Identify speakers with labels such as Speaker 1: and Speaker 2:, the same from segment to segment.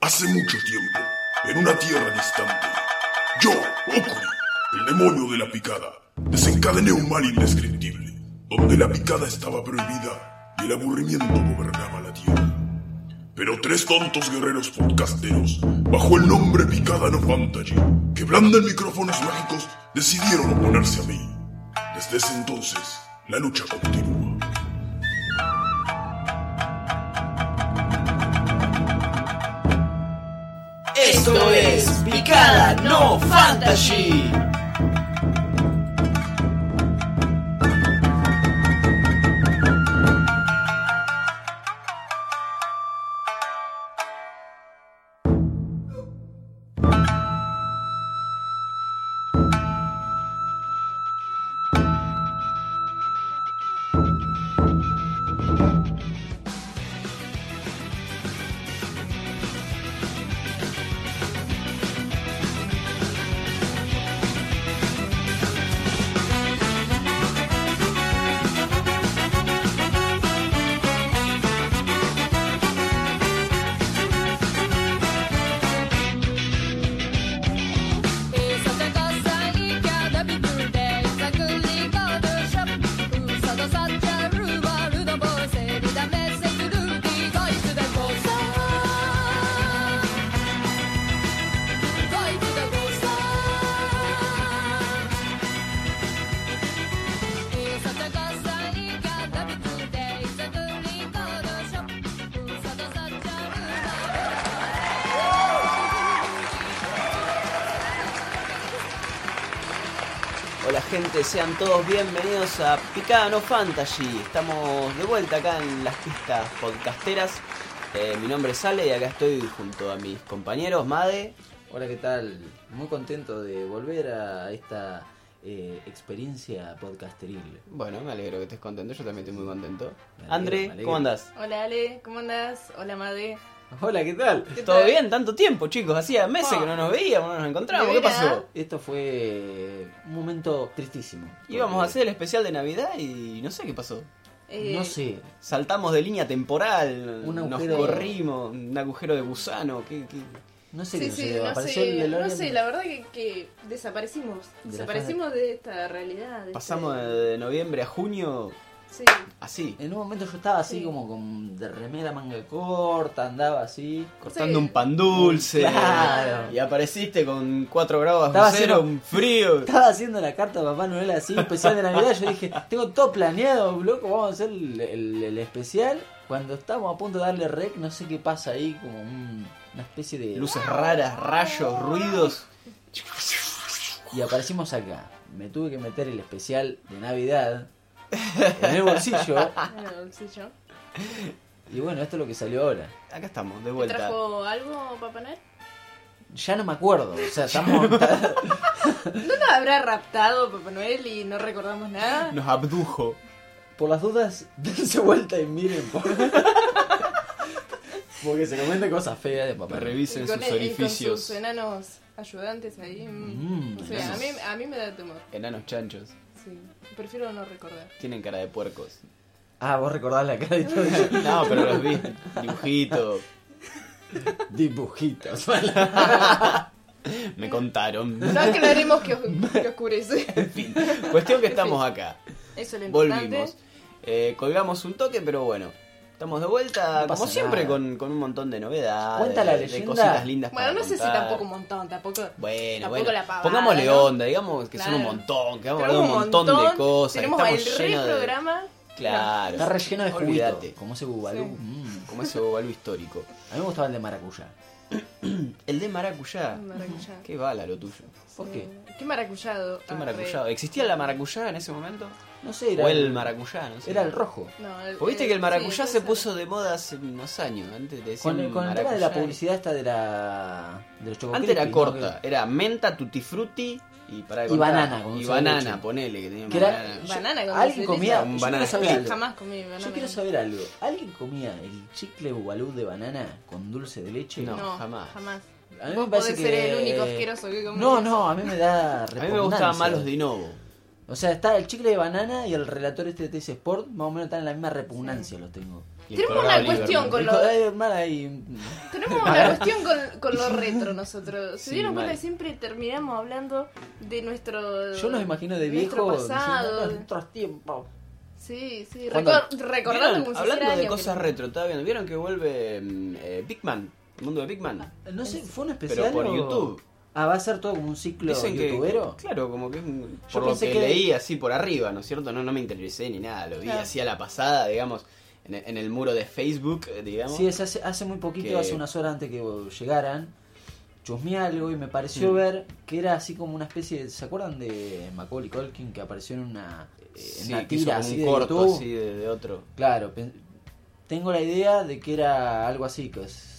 Speaker 1: Hace mucho tiempo, en una tierra distante, yo, Okuri, el demonio de la picada, desencadené un mal indescriptible, donde la picada estaba prohibida y el aburrimiento gobernaba la tierra. Pero tres tontos guerreros podcasteros, bajo el nombre Picada No Fantasy, quebrando micrófonos mágicos, decidieron oponerse a mí. Desde ese entonces, la lucha continúa.
Speaker 2: Esto es Picada No Fantasy.
Speaker 3: Hola gente, sean todos bienvenidos a Picada No Fantasy. Estamos de vuelta acá en las pistas podcasteras. Eh, mi nombre es Ale y acá estoy junto a mis compañeros Made.
Speaker 4: Hola, ¿qué tal? Muy contento de volver a esta eh, experiencia podcasteril.
Speaker 5: Bueno, me alegro que estés contento, yo también estoy muy contento.
Speaker 4: Me alegro, me
Speaker 3: André,
Speaker 4: alegro.
Speaker 3: ¿cómo andás?
Speaker 6: Hola Ale, ¿cómo andás? Hola Made.
Speaker 4: Hola, ¿qué tal? Ah.
Speaker 6: ¿Qué
Speaker 3: ¿Todo
Speaker 6: tal?
Speaker 3: bien? Tanto tiempo chicos, hacía meses que no nos veíamos, no nos encontrábamos. ¿Qué
Speaker 6: ¿De
Speaker 3: pasó?
Speaker 6: veras?
Speaker 4: Esto fue un momento tristísimo.
Speaker 3: Íbamos a
Speaker 4: Porque
Speaker 3: hacer el especial de Navidad y no sé qué pasó.
Speaker 6: Eh,
Speaker 4: No sé,
Speaker 3: Saltamos de línea temporal,
Speaker 4: Un
Speaker 3: nos
Speaker 4: agujero-
Speaker 3: corrimos, un agujero de gusano, ¿qué, qué?
Speaker 4: no sé qué
Speaker 6: Sí,
Speaker 4: nos
Speaker 6: sí,
Speaker 4: dio,
Speaker 6: no
Speaker 4: apareció el
Speaker 6: sé,
Speaker 4: DeLorean.
Speaker 6: no sé, la verdad que, que desaparecimos.
Speaker 4: De
Speaker 6: desaparecimos de esta realidad. de
Speaker 3: Pasamos
Speaker 6: este-
Speaker 3: de noviembre a junio
Speaker 6: Sí,
Speaker 3: así,
Speaker 4: En un momento yo estaba así
Speaker 6: Sí.
Speaker 4: como con de remera manga corta, andaba así.
Speaker 3: cortando
Speaker 6: Sí.
Speaker 3: un pan dulce.
Speaker 4: Claro.
Speaker 3: Y apareciste con 4 grados bajo
Speaker 4: Estaba
Speaker 3: cero,
Speaker 4: haciendo-
Speaker 3: un frío.
Speaker 4: Estaba haciendo la carta de Papá Noel así, especial de Navidad. Yo dije, tengo todo planeado, loco, vamos a hacer el, el- el especial. Cuando estamos a punto de darle rec, no sé qué pasa ahí, como un- una especie de...
Speaker 3: Luces raras, rayos, ruidos.
Speaker 4: Y aparecimos acá. Me tuve que meter el especial de Navidad en el bolsillo.
Speaker 6: en el bolsillo.
Speaker 4: Y bueno, esto es lo que salió ahora.
Speaker 3: Acá estamos, de
Speaker 6: ¿Te
Speaker 3: vuelta.
Speaker 6: trajo algo Papá Noel?
Speaker 4: Ya no me acuerdo, o sea, estamos...
Speaker 6: ¿No nos habrá raptado Papá Noel y no recordamos nada?
Speaker 3: Nos abdujo.
Speaker 4: Por las dudas, dense vuelta y miren. por- Porque se comentan cosas feas de Papá Noel.
Speaker 6: Y
Speaker 3: Revisen
Speaker 6: con,
Speaker 3: sus
Speaker 6: el- y con
Speaker 3: orificios.
Speaker 6: sus enanos ayudantes ahí. mm.
Speaker 4: Mm,
Speaker 6: o sea, a mí,
Speaker 4: enanos.
Speaker 6: a mí me da temor.
Speaker 3: Enanos chanchos.
Speaker 6: Sí, prefiero no recordar.
Speaker 3: Tienen cara de puercos.
Speaker 4: Ah, vos recordás la cara de todo.
Speaker 3: No, pero los vi. Dibujito.
Speaker 4: Dibujitos.
Speaker 3: Me contaron.
Speaker 6: No aclaremos que, os- que oscurece.
Speaker 3: Cuestión que estamos acá.
Speaker 6: Eso es lo importante.
Speaker 3: Volvimos. Eh, colgamos un toque, pero bueno. Estamos de vuelta,
Speaker 4: No pasa
Speaker 3: como siempre,
Speaker 4: nada.
Speaker 3: con, con un montón de novedades.
Speaker 4: Cuenta la
Speaker 3: de- De
Speaker 4: leyenda.
Speaker 3: cositas lindas
Speaker 6: Bueno,
Speaker 3: para
Speaker 6: no sé si
Speaker 3: contar.
Speaker 6: tampoco un montón, tampoco.
Speaker 3: Bueno,
Speaker 6: Tampoco
Speaker 3: bueno.
Speaker 6: la pavada,
Speaker 3: pongámosle
Speaker 6: ¿no?
Speaker 3: onda, digamos que son un
Speaker 6: Claro.
Speaker 3: montón, que vamos a hablar
Speaker 6: Tenemos
Speaker 3: de un montón, de cosas. que
Speaker 6: Tenemos el
Speaker 3: estamos llenos
Speaker 6: re
Speaker 3: de-
Speaker 6: programa.
Speaker 3: Claro.
Speaker 4: Está relleno de juguito.
Speaker 3: Olvídate.
Speaker 4: Como ese bubalú.
Speaker 6: Sí.
Speaker 4: Mm.
Speaker 3: Como ese bobalú histórico.
Speaker 4: A mí me gustaba el de maracuyá.
Speaker 3: El de maracuyá.
Speaker 6: Maracuyá.
Speaker 3: Qué bala lo tuyo.
Speaker 4: ¿Por qué?
Speaker 6: Eh, Qué maracullado.
Speaker 3: Qué
Speaker 6: Ah,
Speaker 3: maracuyado.
Speaker 6: re.
Speaker 3: ¿Existía la maracuyá en ese momento?
Speaker 4: No sé, era.
Speaker 3: O el maracuyá, no sé.
Speaker 4: Era el rojo.
Speaker 6: No, el-
Speaker 3: Pues viste
Speaker 6: eh,
Speaker 3: que el maracuyá
Speaker 6: sí,
Speaker 3: se
Speaker 6: puede
Speaker 3: puso de moda hace unos años. Antes le decían
Speaker 4: Con, el- con el tema de la
Speaker 3: maracuyá.
Speaker 4: publicidad esta de la. de los
Speaker 3: Antes era
Speaker 4: chococrispis,
Speaker 3: corta,
Speaker 4: ¿no?
Speaker 3: era menta, tutti frutti y para
Speaker 4: Y banana, con
Speaker 3: Y
Speaker 4: un
Speaker 3: banana,
Speaker 4: sándwich.
Speaker 3: ponele que tenía
Speaker 4: Que era-
Speaker 3: banana.
Speaker 6: ser. Banana con
Speaker 4: Alguien
Speaker 6: dulce de
Speaker 4: comía.
Speaker 6: leche.
Speaker 3: Un
Speaker 4: yo
Speaker 3: banana
Speaker 4: quiero saber
Speaker 3: split.
Speaker 4: algo.
Speaker 6: Jamás comí banana.
Speaker 4: Yo quiero saber algo. ¿Alguien comía el chicle bubalú de banana con dulce de leche?
Speaker 3: No.
Speaker 6: No,
Speaker 3: jamás.
Speaker 6: jamás. jamás.
Speaker 4: A mí me
Speaker 6: Vos
Speaker 4: parece
Speaker 6: podés ser
Speaker 4: que-
Speaker 6: el único asqueroso que comió
Speaker 4: No,
Speaker 6: eso.
Speaker 4: no, a mí me da
Speaker 3: A mí me gustaban
Speaker 4: repugnancia.
Speaker 3: más los de Inovo.
Speaker 4: O sea, está el chicle de banana y el relator este de TC Sport, más o menos están en la misma repugnancia, los tengo.
Speaker 6: Tenemos una cuestión con
Speaker 4: Y
Speaker 6: los.
Speaker 4: con- ay, hermana, ahí-
Speaker 6: Tenemos una cuestión con, con lo retro nosotros. Se
Speaker 4: Sí,
Speaker 6: dieron cuenta
Speaker 4: mal.
Speaker 6: que siempre terminamos hablando de nuestro.
Speaker 4: Yo los imagino de
Speaker 6: nuestro
Speaker 4: viejo.
Speaker 6: pasado.
Speaker 4: diciendo, "No, otros tiempos.
Speaker 6: Sí, sí.
Speaker 4: Cuando-
Speaker 6: recor- recordando
Speaker 3: ¿Vieron?
Speaker 6: como si
Speaker 3: Hablando
Speaker 6: hiciera
Speaker 3: de
Speaker 6: años
Speaker 3: cosas
Speaker 6: que-
Speaker 3: retro, ¿está bien? ¿Vieron que vuelve mm, eh, Big Man? El mundo de Big Man.
Speaker 4: No sé, ¿fue un Ah, especial
Speaker 3: Pero por
Speaker 4: o-
Speaker 3: YouTube.
Speaker 4: Ah, ¿va a ser todo como un ciclo
Speaker 3: Dicen que.
Speaker 4: youtubero?
Speaker 3: Claro, como que. es un-
Speaker 4: Yo
Speaker 3: Por lo
Speaker 4: pensé
Speaker 3: que,
Speaker 4: que-
Speaker 3: leí así por arriba, ¿no es cierto? No, no me interesé ni nada. Lo vi
Speaker 6: Claro.
Speaker 3: así a la pasada, digamos, en, en el muro de Facebook, eh, digamos.
Speaker 4: Sí, es hace, hace muy poquito,
Speaker 3: Que-
Speaker 4: hace unas horas antes que eh, llegaran, chusmeé algo y me
Speaker 3: Mm.
Speaker 4: pareció ver que era así como una especie de... ¿Se acuerdan de Macaulay Culkin que apareció en una, eh, en
Speaker 3: Sí,
Speaker 4: una
Speaker 3: que hizo
Speaker 4: tira
Speaker 3: como
Speaker 4: así
Speaker 3: un
Speaker 4: de
Speaker 3: corto
Speaker 4: YouTube?
Speaker 3: así de, de otro.
Speaker 4: Claro, pen- tengo la idea de que era algo así, que, es-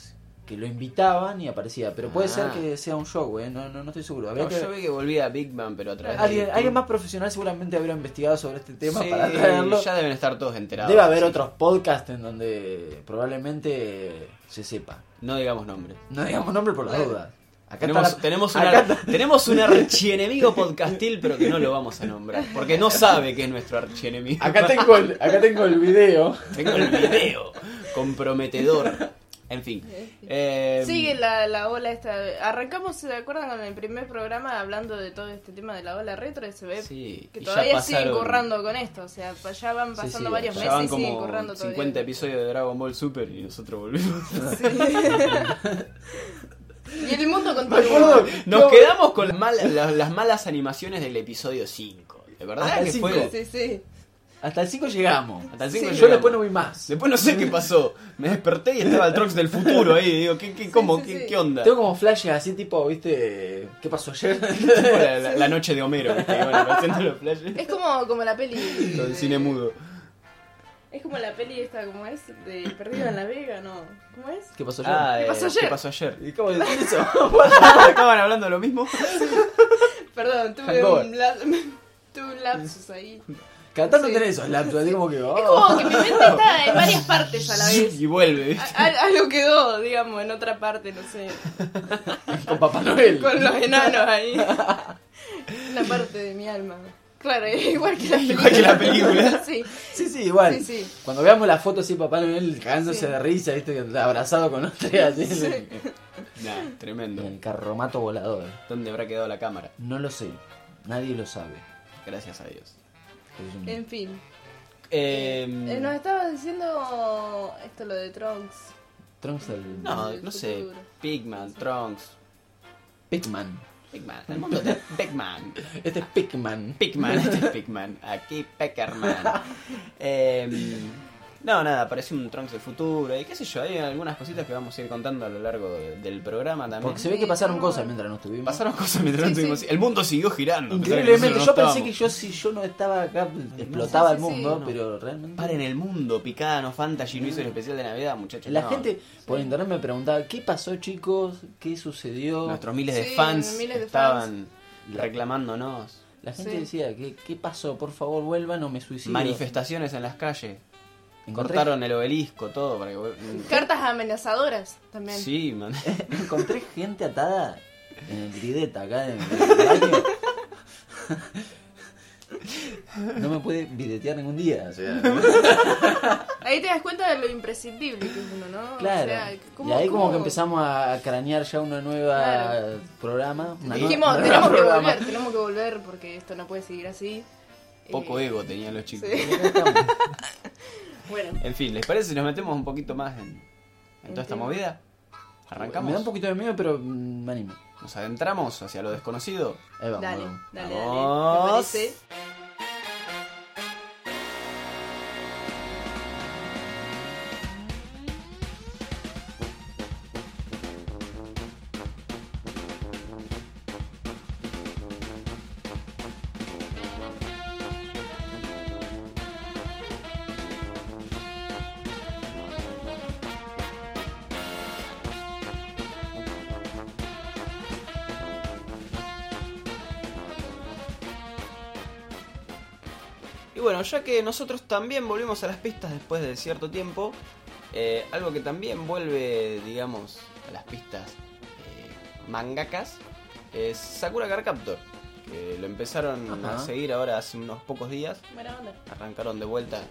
Speaker 4: que lo invitaban y aparecía, pero puede
Speaker 3: Ah.
Speaker 4: ser que sea un show, eh, no, no, no estoy seguro. Habría
Speaker 3: No,
Speaker 4: que-
Speaker 3: Yo vi que volvía a Big Man, pero a través de
Speaker 4: Alguien,
Speaker 3: YouTube.
Speaker 4: alguien más profesional seguramente habrá investigado sobre este tema
Speaker 3: Sí,
Speaker 4: para traerlo.
Speaker 3: Ya deben estar todos enterados.
Speaker 4: Debe haber
Speaker 3: sí.
Speaker 4: otros podcasts en donde probablemente se sepa.
Speaker 3: No digamos nombres.
Speaker 4: No digamos nombre por las dudas. Acá
Speaker 3: Tenemos,
Speaker 4: está la-
Speaker 3: tenemos,
Speaker 4: acá
Speaker 3: una-
Speaker 4: está-
Speaker 3: tenemos un archienemigo podcastil, pero que no lo vamos a nombrar. Porque no sabe que es nuestro archienemigo.
Speaker 4: acá tengo el, acá tengo el video.
Speaker 3: Tengo el video comprometedor. En fin. Eh,
Speaker 6: Sigue la, la ola esta. Arrancamos, ¿se acuerdan? Con el primer programa hablando de todo este tema de la ola retro y se ve
Speaker 3: Sí,
Speaker 6: que
Speaker 3: y ya
Speaker 6: todavía siguen
Speaker 3: pasaron-
Speaker 6: currando con esto. O sea, pa- ya van pasando
Speaker 4: sí,
Speaker 6: varios
Speaker 3: Ya
Speaker 6: meses
Speaker 3: van
Speaker 6: y siguen
Speaker 3: como
Speaker 6: currando
Speaker 3: 50
Speaker 6: todavía.
Speaker 3: episodios de Dragon Ball Super y nosotros volvimos.
Speaker 6: Y el mundo continúa.
Speaker 3: Nos quedamos con las malas, las, las malas animaciones del episodio 5. De verdad
Speaker 4: Hasta el
Speaker 3: que
Speaker 4: cinco.
Speaker 3: fue.
Speaker 6: Sí, sí.
Speaker 4: Hasta el 5 llegamos.
Speaker 3: Hasta el cinco
Speaker 4: Yo
Speaker 3: llegamos.
Speaker 4: después no vi más.
Speaker 3: Después no sé qué pasó. Me desperté y estaba el Trox del futuro ahí. Digo, ¿qué, qué, cómo,
Speaker 6: sí,
Speaker 3: qué,
Speaker 6: sí.
Speaker 3: qué onda?
Speaker 4: Tengo como flashes así tipo, viste, ¿qué pasó ayer?
Speaker 3: Tipo la, la- la noche de Homero, ¿viste? Iban apareciendo los flashes.
Speaker 6: Es como, como la peli.
Speaker 3: Lo del cine mudo.
Speaker 6: Es como la peli esta, ¿cómo es? De Perdido en la Vega, ¿no? ¿Cómo es?
Speaker 4: ¿Qué pasó ayer?
Speaker 3: Ah,
Speaker 6: ¿Qué
Speaker 3: eh,
Speaker 6: pasó ayer?
Speaker 3: ¿Qué pasó ayer?
Speaker 4: ¿Y cómo decir eso?
Speaker 3: Estaban hablando lo mismo.
Speaker 6: Perdón, tuve
Speaker 3: Hangover.
Speaker 6: un, la- tuve un lapsus ahí.
Speaker 4: Cada tanto
Speaker 6: Sí.
Speaker 4: tenés esos lapsos, así como que... oh.
Speaker 6: Es como que mi mente está en varias partes a la vez. Ah.
Speaker 3: Y vuelve, ¿viste?
Speaker 6: A- a- algo quedó, digamos, en otra parte, no sé.
Speaker 4: Con Papá Noel.
Speaker 6: Con los enanos ahí. Una parte de mi alma. Claro, igual que la película.
Speaker 3: Igual que la película.
Speaker 6: Sí,
Speaker 4: Sí, sí, igual.
Speaker 6: Sí, sí.
Speaker 4: Cuando veamos la foto así, Papá Noel cagándose
Speaker 6: Sí.
Speaker 4: de risa, viste, abrazado con los tres así. en
Speaker 3: Nah, tremendo.
Speaker 4: El carromato volador.
Speaker 3: ¿Dónde habrá quedado la cámara?
Speaker 4: No lo sé. Nadie lo sabe.
Speaker 3: Gracias a Dios.
Speaker 4: Es un-
Speaker 6: en fin.
Speaker 3: Eh,
Speaker 6: Eh, nos estabas diciendo esto lo de Trunks.
Speaker 4: Trunks del
Speaker 3: no, no sé. Pigman, Trunks.
Speaker 4: Pikman.
Speaker 3: Pigman. El mundo de Pigman.
Speaker 4: Este es Pikman.
Speaker 3: Pigman, este es Pigman. Aquí Peckerman. Eh, no, nada, apareció un Trunks del futuro y qué sé yo. Hay algunas cositas que vamos a ir contando a lo largo de- del programa también.
Speaker 4: Porque se ve que pasaron cosas mientras no estuvimos.
Speaker 3: Pasaron cosas mientras
Speaker 6: Sí,
Speaker 3: no estuvimos-
Speaker 6: sí.
Speaker 3: El mundo siguió girando.
Speaker 4: Increíblemente, yo pensé que
Speaker 3: que yo
Speaker 4: yo si yo no estaba acá explotaba
Speaker 6: Sí,
Speaker 4: el
Speaker 6: sí, sí,
Speaker 4: mundo,
Speaker 6: no.
Speaker 4: pero realmente...
Speaker 3: Paren el mundo, Picano, Fantasy, no hizo el especial de Navidad, muchachos.
Speaker 4: La
Speaker 3: no.
Speaker 4: gente por internet me preguntaba, ¿qué pasó chicos? ¿Qué sucedió?
Speaker 3: Nuestros miles de
Speaker 6: Sí,
Speaker 3: fans
Speaker 6: miles de
Speaker 3: estaban reclamándonos.
Speaker 4: La gente
Speaker 6: Sí.
Speaker 4: decía, ¿qué, ¿qué pasó? Por favor, vuelvan o me suicido.
Speaker 3: Manifestaciones en las calles.
Speaker 4: Encontré-
Speaker 3: Cortaron el obelisco, todo. Para que...
Speaker 6: Cartas amenazadoras también.
Speaker 3: Sí, man.
Speaker 4: Encontré gente atada en el grideta acá en el baño. No me puede videtear ningún día. o sea,
Speaker 6: Ahí te das cuenta de lo imprescindible que es uno, ¿no?
Speaker 4: claro.
Speaker 6: O sea, ¿cómo-
Speaker 4: y ahí como
Speaker 6: cómo-
Speaker 4: que empezamos a cranear ya una nueva
Speaker 6: Claro.
Speaker 4: programa. una nueva-
Speaker 6: Dijimos,
Speaker 4: un nuevo
Speaker 6: tenemos que
Speaker 4: programa.
Speaker 6: volver, tenemos que volver porque esto no puede seguir así.
Speaker 3: Poco
Speaker 6: Eh,
Speaker 3: ego tenían los chicos.
Speaker 6: sí.
Speaker 4: Acá estamos.
Speaker 6: Bueno,
Speaker 3: En fin, ¿les parece si nos metemos un poquito más en, en toda esta
Speaker 6: Entiendo.
Speaker 3: movida?
Speaker 4: Me da un
Speaker 3: Arrancamos.
Speaker 4: poquito de miedo, pero mm, me animo.
Speaker 3: Nos adentramos hacia lo desconocido.
Speaker 4: Ahí vamos,
Speaker 6: dale,
Speaker 4: vamos.
Speaker 6: dale, dale.
Speaker 3: Vamos.
Speaker 6: Me parece.
Speaker 3: Y bueno, ya que nosotros también volvimos a las pistas después de cierto tiempo, eh, algo que también vuelve, digamos, a las pistas eh, mangakas es Sakura Card Captor. que lo empezaron
Speaker 4: Ajá.
Speaker 3: a seguir ahora hace unos pocos días.
Speaker 6: Buena onda.
Speaker 3: Arrancaron de vuelta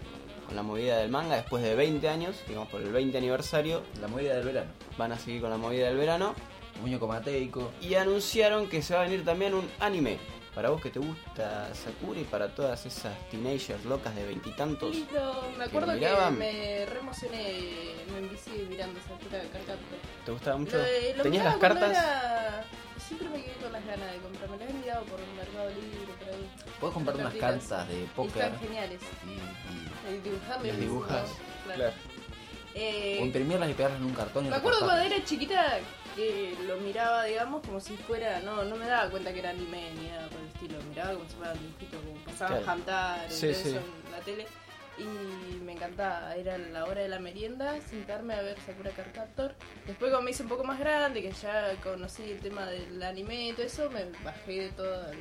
Speaker 3: con la movida del manga después de 20 años, digamos por el 20 aniversario.
Speaker 4: La movida del verano.
Speaker 3: Van a seguir con la movida del verano.
Speaker 4: Muñeco mateico.
Speaker 3: Y anunciaron que se va a venir también un anime. Para vos que te gusta Sakura y para todas esas teenagers locas de veintitantos.
Speaker 6: Lindo. Me acuerdo que,
Speaker 3: miraban.
Speaker 6: me re emocioné, me envicié mirando esa puta cantante.
Speaker 3: ¿Te gustaba mucho?
Speaker 6: Lo, eh, lo
Speaker 3: ¿Tenías las
Speaker 6: miraba cuando
Speaker 3: cartas?
Speaker 6: era- Siempre me quedé con las ganas de comprarme. Las he mirado por un mercado libre, por ahí.
Speaker 4: Puedes comprar
Speaker 6: Las
Speaker 4: unas
Speaker 6: cartas.
Speaker 4: cartas de
Speaker 6: Y
Speaker 4: póker.
Speaker 6: Están geniales.
Speaker 4: Y, y-
Speaker 6: El dibujarlo
Speaker 3: Las
Speaker 6: y el
Speaker 3: dibujas.
Speaker 6: dibujo,
Speaker 4: Claro.
Speaker 6: Eh,
Speaker 4: o imprimirlas y pegarlas en un cartón. y
Speaker 6: me acuerdo cuando era
Speaker 4: recortarlas.
Speaker 6: chiquita que lo miraba, digamos, como si fuera. No, no me daba cuenta que era anime ni nada por el estilo. Miraba como si fuera un dibujito, como pasaban
Speaker 3: Claro.
Speaker 6: Hamtaro
Speaker 3: Sí,
Speaker 6: y todo
Speaker 3: sí.
Speaker 6: eso en la tele. Y me encantaba. Era la hora de la merienda, sentarme a ver Sakura Card Captor. Después, cuando me hice un poco más grande, que ya conocí el tema del anime y todo eso, me bajé de todo el,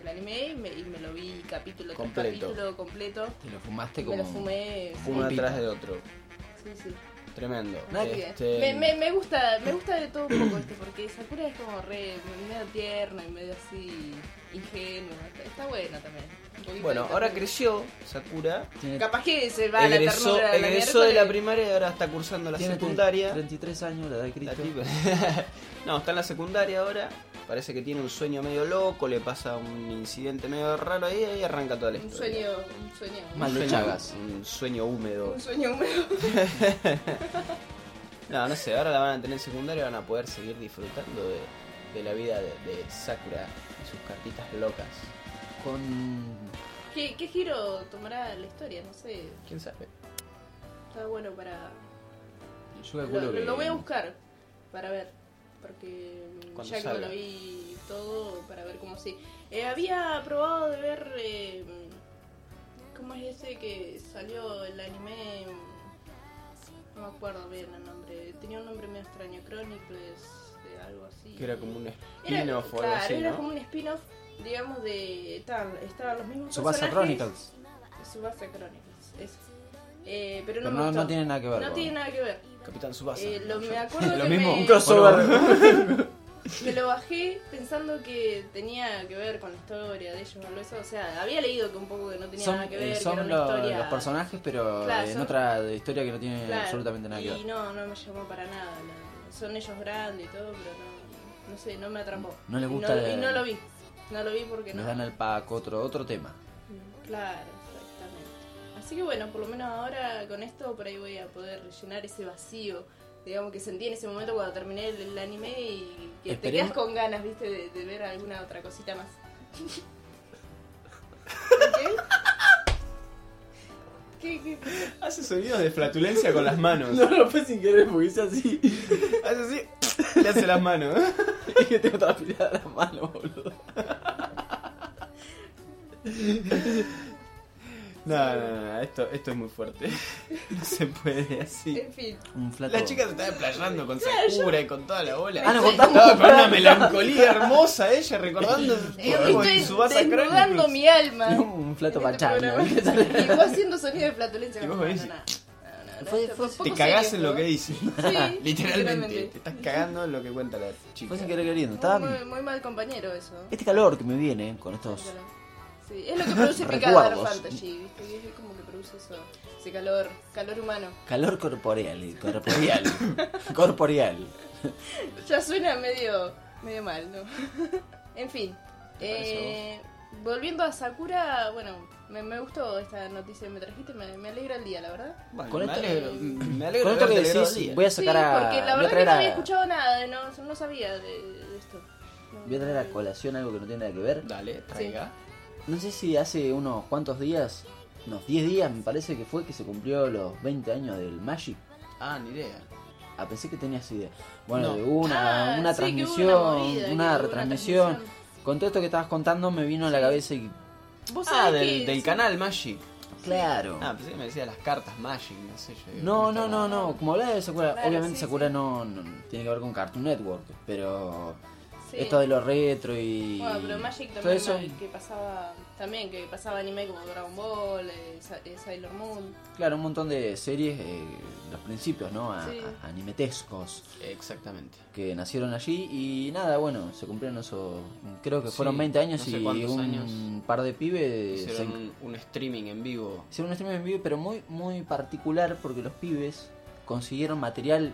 Speaker 6: el anime y me, y me lo vi capítulo tras
Speaker 3: Completo.
Speaker 6: capítulo completo.
Speaker 4: Te lo fumaste
Speaker 6: Me
Speaker 4: como.
Speaker 6: lo fumé. sí,
Speaker 3: Uno
Speaker 4: Pulpita.
Speaker 3: atrás de otro.
Speaker 6: sí, sí.
Speaker 3: Tremendo.
Speaker 6: Nada que ver.
Speaker 3: Este,
Speaker 6: Me, me,
Speaker 3: mm.
Speaker 6: me gusta, me gusta de todo un poco esto, porque Sakura es como re medio tierno y medio así ingenuo. Está, está bueno también. Un poquito
Speaker 3: Bueno,
Speaker 6: de
Speaker 3: ahora
Speaker 6: ternura.
Speaker 3: creció Sakura.
Speaker 4: Tiene,
Speaker 6: Capaz que se va
Speaker 3: Egresó,
Speaker 6: la ternura. la
Speaker 3: egresó de la
Speaker 6: miércoles.
Speaker 3: primaria y ahora está cursando la
Speaker 4: tiene
Speaker 3: secundaria.
Speaker 4: 33 años, la edad de
Speaker 3: La
Speaker 4: Cristo.
Speaker 3: tipa- no, está en la secundaria ahora. Parece que tiene un sueño medio loco, le pasa un incidente medio raro ahí y ahí arranca toda la
Speaker 6: Un
Speaker 3: historia.
Speaker 6: sueño, un sueño.
Speaker 4: Mal de
Speaker 3: sueño-
Speaker 4: Chagas.
Speaker 3: Un sueño húmedo.
Speaker 6: Un sueño húmedo.
Speaker 3: No, no sé, ahora la van a tener en secundaria y van a poder seguir disfrutando de, de la vida de, de Sakura y sus cartitas locas.
Speaker 4: Con.
Speaker 6: ¿Qué, ¿Qué giro tomará la historia? No sé.
Speaker 3: ¿Quién sabe?
Speaker 6: Está bueno para.
Speaker 4: Yo calculo
Speaker 6: Lo,
Speaker 4: que.
Speaker 6: lo voy a buscar para ver. Porque mm,
Speaker 3: Cuando
Speaker 6: ya que
Speaker 3: salga.
Speaker 6: lo vi todo, para ver cómo sí. Eh, había probado de ver. eh, ¿Cómo es ese que salió el anime? No me acuerdo bien el nombre. Tenía un nombre medio extraño. Chronicles, eh, algo así.
Speaker 3: Que era como un
Speaker 6: Era-
Speaker 3: spin-off o algo
Speaker 6: claro,
Speaker 3: así,
Speaker 6: era
Speaker 3: ¿no?
Speaker 6: como un spin-off, digamos, de. Estaban, estaban los mismos
Speaker 4: Subasa
Speaker 6: personajes.
Speaker 4: Chronicles.
Speaker 6: Subasa Chronicles, eso. Eh, pero no
Speaker 4: Pero
Speaker 6: me
Speaker 4: no,
Speaker 6: gustó.
Speaker 4: no tiene nada que ver.
Speaker 6: No
Speaker 4: con-
Speaker 6: tiene nada que ver.
Speaker 3: Capitán Subasa.
Speaker 6: Eh, lo, me acuerdo
Speaker 4: Lo
Speaker 6: que
Speaker 4: mismo,
Speaker 6: me,
Speaker 4: un crossover.
Speaker 6: me lo bajé pensando que tenía que ver con la historia de ellos o algo eso. O sea, había leído que un poco que no tenía
Speaker 4: son
Speaker 6: nada que
Speaker 4: eh,
Speaker 6: ver, que era
Speaker 4: son
Speaker 6: una
Speaker 4: lo-
Speaker 6: historia.
Speaker 4: los personajes, pero eh,
Speaker 6: Claro,
Speaker 4: en
Speaker 6: son-
Speaker 4: otra historia que no tiene
Speaker 6: Claro,
Speaker 4: absolutamente nada que
Speaker 6: Y
Speaker 4: ver.
Speaker 6: no, no me llamó para nada. la- son ellos grandes y todo, pero no, no sé, no me atrapó.
Speaker 4: No le
Speaker 6: Y
Speaker 4: gusta
Speaker 6: no, lo-
Speaker 4: la-
Speaker 6: Y no lo vi. No lo vi porque no.
Speaker 4: Nos dan al pack otro, otro tema.
Speaker 6: Mm, Claro, exactamente. Así que bueno, por lo menos ahora con esto por ahí voy a poder rellenar ese vacío, digamos que sentí en ese momento cuando terminé el, el anime y que te
Speaker 4: Esperemos-
Speaker 6: quedas con ganas, viste, de, de ver alguna otra cosita más. ¿Qué? ¿Qué? ¿Qué?
Speaker 3: Hace sonidos de flatulencia con las manos.
Speaker 4: lo fue sin querer porque hice así.
Speaker 3: Hace así. Le hace las manos.
Speaker 4: Y que tengo toda pilada la mano, boludo.
Speaker 3: No, no, no, no, esto, esto es muy fuerte. No se puede así.
Speaker 6: En fin.
Speaker 4: Un flato.
Speaker 3: La chica se estaba explayando con Sakura y con toda la bola.
Speaker 4: Ah, no, contamos.
Speaker 3: Estaba con una melancolía hermosa ella recordando
Speaker 6: Eh, estoy desnudando mi alma.
Speaker 4: No, un flato
Speaker 6: en este
Speaker 4: pachanga.
Speaker 6: programa. Y vos haciendo sonido de flatulencia.
Speaker 3: Y vos
Speaker 6: no, no,
Speaker 3: ves-
Speaker 6: no, no, no, no,
Speaker 4: Fue-
Speaker 6: esto
Speaker 4: fue-
Speaker 6: es
Speaker 3: Te
Speaker 6: poco
Speaker 3: cagás
Speaker 6: serio,
Speaker 3: en lo
Speaker 6: ¿no?
Speaker 3: que dice.
Speaker 6: Sí,
Speaker 3: Literalmente,
Speaker 6: literalmente.
Speaker 3: te estás cagando en lo que cuenta la chica.
Speaker 4: Fue sin querer queriendo.
Speaker 6: Muy,
Speaker 4: Estaba...
Speaker 6: muy, muy mal compañero eso. ¿eh?
Speaker 4: Este calor que me viene con estos.
Speaker 6: Sí, es lo que produce picada la
Speaker 4: Recuerdos.
Speaker 6: fantasy, ¿viste? Que Es como que produce eso, ese calor, calor humano.
Speaker 4: Calor corporeal. eh, Corporeal. corporeal.
Speaker 6: Ya suena medio, medio mal, ¿no? en fin, eh, volviendo a Sakura, bueno, me, me gustó esta noticia que me trajiste, me, me alegra el día, la verdad.
Speaker 3: Bueno,
Speaker 4: Con
Speaker 3: me
Speaker 4: esto-
Speaker 3: alegro, me alegro de
Speaker 4: Con esto
Speaker 3: haberte
Speaker 4: que
Speaker 3: alegrado el
Speaker 4: decís,
Speaker 3: día.
Speaker 4: voy a
Speaker 6: Sí,
Speaker 4: sacar a.
Speaker 6: porque la
Speaker 4: voy a
Speaker 6: verdad que
Speaker 4: traer
Speaker 6: no
Speaker 4: a-
Speaker 6: había escuchado nada, no, no sabía de, de esto. No,
Speaker 4: Voy a traer a colación algo que no tiene nada que ver.
Speaker 3: Dale, traiga.
Speaker 4: No sé si hace unos cuantos días, unos 10 días me parece que fue que se cumplió los 20 años del Magic.
Speaker 3: Ah, ni idea.
Speaker 4: Ah, pensé que tenías idea. Bueno,
Speaker 3: No.
Speaker 4: de una,
Speaker 6: Ah,
Speaker 4: una
Speaker 6: sí, que hubo
Speaker 4: transmisión,
Speaker 6: una movida, que
Speaker 4: una,
Speaker 6: hubo una
Speaker 4: retransmisión.
Speaker 6: transmisión.
Speaker 4: Con todo esto que estabas contando me vino a la cabeza y...
Speaker 6: ¿Vos
Speaker 3: Ah,
Speaker 6: sabés
Speaker 3: del,
Speaker 6: que-
Speaker 3: del canal Magic.
Speaker 4: Claro.
Speaker 3: Ah, pensé que me decía las cartas Magic, no sé yo. digo,
Speaker 4: No,
Speaker 3: puta
Speaker 4: no, no,
Speaker 3: madre.
Speaker 4: no. Como hablaba de Sakura,
Speaker 6: Claro,
Speaker 4: obviamente
Speaker 6: sí,
Speaker 4: Sakura
Speaker 6: sí.
Speaker 4: No, no- tiene que ver con Cartoon Network, pero
Speaker 6: Sí.
Speaker 4: Esto de lo retro y.
Speaker 6: Bueno, pero Magic
Speaker 4: todo
Speaker 6: también
Speaker 4: eso.
Speaker 6: que pasaba también que pasaba anime como Dragon Ball, eh, Sa- eh, Sailor Moon.
Speaker 4: Claro, un montón de series, eh, los principios, ¿no? A-
Speaker 6: Sí.
Speaker 4: a- animetescos
Speaker 3: Exactamente.
Speaker 4: que nacieron allí y nada, bueno, se cumplieron esos. Creo que
Speaker 3: Sí,
Speaker 4: fueron 20 años
Speaker 3: no sé
Speaker 4: y
Speaker 3: cuántos
Speaker 4: un
Speaker 3: años.
Speaker 4: par de pibes se
Speaker 3: Hicieron un, un streaming en vivo.
Speaker 4: Hicieron un streaming en vivo, pero muy, muy particular porque los pibes consiguieron material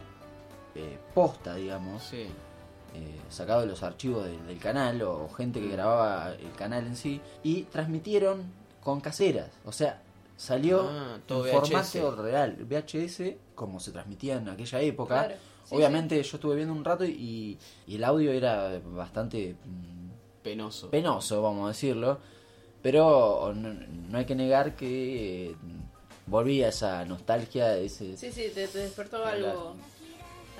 Speaker 4: eh, posta, digamos,
Speaker 3: Sí.
Speaker 4: eh, sacado de los archivos de- del canal o gente
Speaker 3: Mm.
Speaker 4: que grababa el canal en sí, y transmitieron con caseras. O sea, salió
Speaker 3: Ah, todo
Speaker 4: en
Speaker 3: VHS.
Speaker 4: formato real, VHS, como se transmitía en aquella época.
Speaker 6: Claro, sí,
Speaker 4: Obviamente yo estuve viendo un rato y, y el audio era bastante mm,
Speaker 3: Penoso.
Speaker 4: penoso, vamos a decirlo. Pero no, no hay que negar que eh, volvía esa nostalgia, ese...
Speaker 6: Sí, sí, te, te despertó
Speaker 4: Claro.
Speaker 6: algo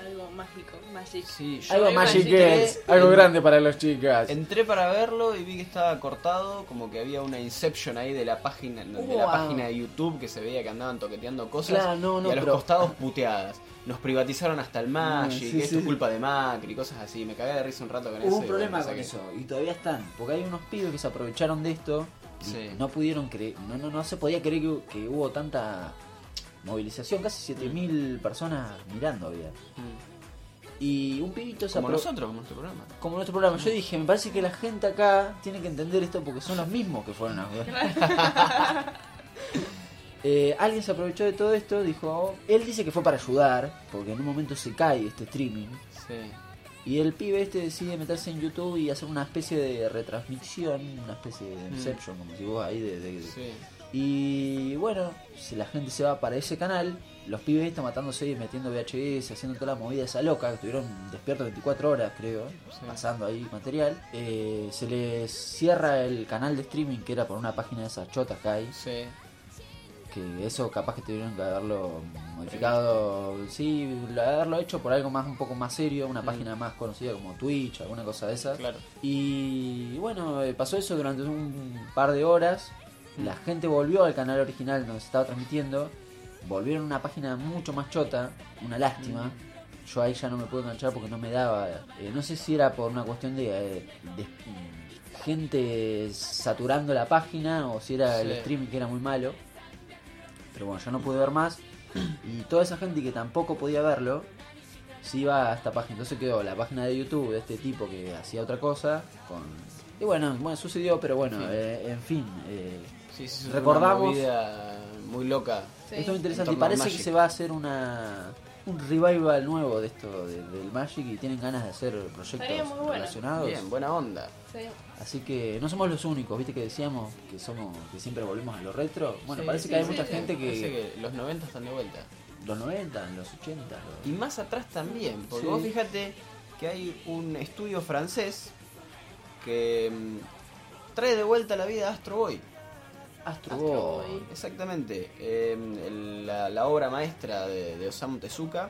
Speaker 6: algo mágico, Magic.
Speaker 3: sí, yo-
Speaker 4: algo
Speaker 6: Yo
Speaker 4: Magic
Speaker 6: imaginé-
Speaker 4: Girls, algo grande para los chicas.
Speaker 3: Entré para verlo y vi que estaba cortado, como que había una inception ahí de la página de la
Speaker 4: Wow.
Speaker 3: página de YouTube que se veía que andaban toqueteando cosas
Speaker 4: Claro, no, no,
Speaker 3: y a los
Speaker 4: pero- Mm,
Speaker 3: costados puteadas. Nos privatizaron hasta el Magic,
Speaker 4: sí,
Speaker 3: que esto
Speaker 4: sí.
Speaker 3: es culpa de Macri, cosas así. Me cagué de risa un rato con eso.
Speaker 4: Hubo un
Speaker 3: y
Speaker 4: problema
Speaker 3: bueno,
Speaker 4: con
Speaker 3: saqué.
Speaker 4: eso, y todavía están, porque hay unos pibes que se aprovecharon de esto y
Speaker 3: Sí.
Speaker 4: no pudieron creer, no, no, no se podía creer que, hu- que hubo tanta movilización, casi 7.000 personas mirando había.
Speaker 3: Mm.
Speaker 4: Y un pibito se
Speaker 3: Como
Speaker 4: apro-
Speaker 3: nosotros, como nuestro programa.
Speaker 4: como nuestro programa. Yo dije, me parece que la gente acá tiene que entender esto porque son los mismos que fueron a ver. Eh, alguien se aprovechó de todo esto, dijo, él dice que fue para ayudar, porque en un momento se cae este streaming,
Speaker 3: Sí.
Speaker 4: y el pibe este decide meterse en YouTube y hacer una especie de retransmisión, una especie de inception, como si vos ahí de... de-
Speaker 3: Sí.
Speaker 4: Y bueno, si la gente se va para ese canal, los pibes están matándose y metiendo VHS, haciendo toda la movida esa loca, que estuvieron despiertos 24 horas, creo,
Speaker 3: Sí.
Speaker 4: pasando ahí material. Eh, se les cierra el canal de streaming que era por una página de esas chotas que hay,
Speaker 3: Sí.
Speaker 4: que eso capaz que tuvieron que haberlo modificado, sí, haberlo hecho por algo más un poco más serio, una página más conocida como Twitch, alguna cosa de esas.
Speaker 3: Claro.
Speaker 4: Y bueno, eh, pasó eso durante un par de horas. La gente volvió al canal original donde se estaba transmitiendo. Volvieron a una página mucho más chota. Una lástima. Yo ahí ya no me pude enganchar porque no me daba. eh, no sé si era por una cuestión de, eh, de, mm, gente saturando la página o si era el
Speaker 3: Sí.
Speaker 4: streaming que era muy malo. Pero bueno, ya no pude ver más. Y toda esa gente que tampoco podía verlo, se iba a esta página. Entonces quedó la página de YouTube de este tipo que hacía otra cosa. Con... Y bueno, bueno, sucedió, pero bueno,
Speaker 3: Sí.
Speaker 4: eh, en fin. eh,
Speaker 3: Sí, sí, es
Speaker 4: Recordamos-
Speaker 3: Una movida muy loca.
Speaker 6: Sí.
Speaker 4: esto es interesante. Y
Speaker 3: En torno al
Speaker 4: parece que
Speaker 3: Magic.
Speaker 4: se va a hacer una un revival nuevo de esto de- del Magic y tienen ganas de hacer
Speaker 6: Estaría
Speaker 4: proyectos
Speaker 6: muy bueno.
Speaker 4: relacionados.
Speaker 3: Bien, buena onda.
Speaker 6: Sí.
Speaker 4: Así que no somos los únicos, viste que decíamos que somos que siempre volvemos a lo retro. Bueno,
Speaker 3: Sí,
Speaker 4: parece
Speaker 3: sí,
Speaker 4: que hay
Speaker 6: sí,
Speaker 4: mucha
Speaker 6: sí.
Speaker 4: gente que,
Speaker 3: Parece que los 90 están de vuelta.
Speaker 4: los 90, los 80, los-
Speaker 3: Y más atrás también, porque
Speaker 4: Sí.
Speaker 3: vos fíjate que hay un estudio francés que mm, trae de vuelta la vida a Astro Boy.
Speaker 4: Astro
Speaker 6: Astro
Speaker 4: Boy.
Speaker 6: Boy.
Speaker 3: Exactamente. Eh, el- la, la obra maestra de, de Osamu Tezuka.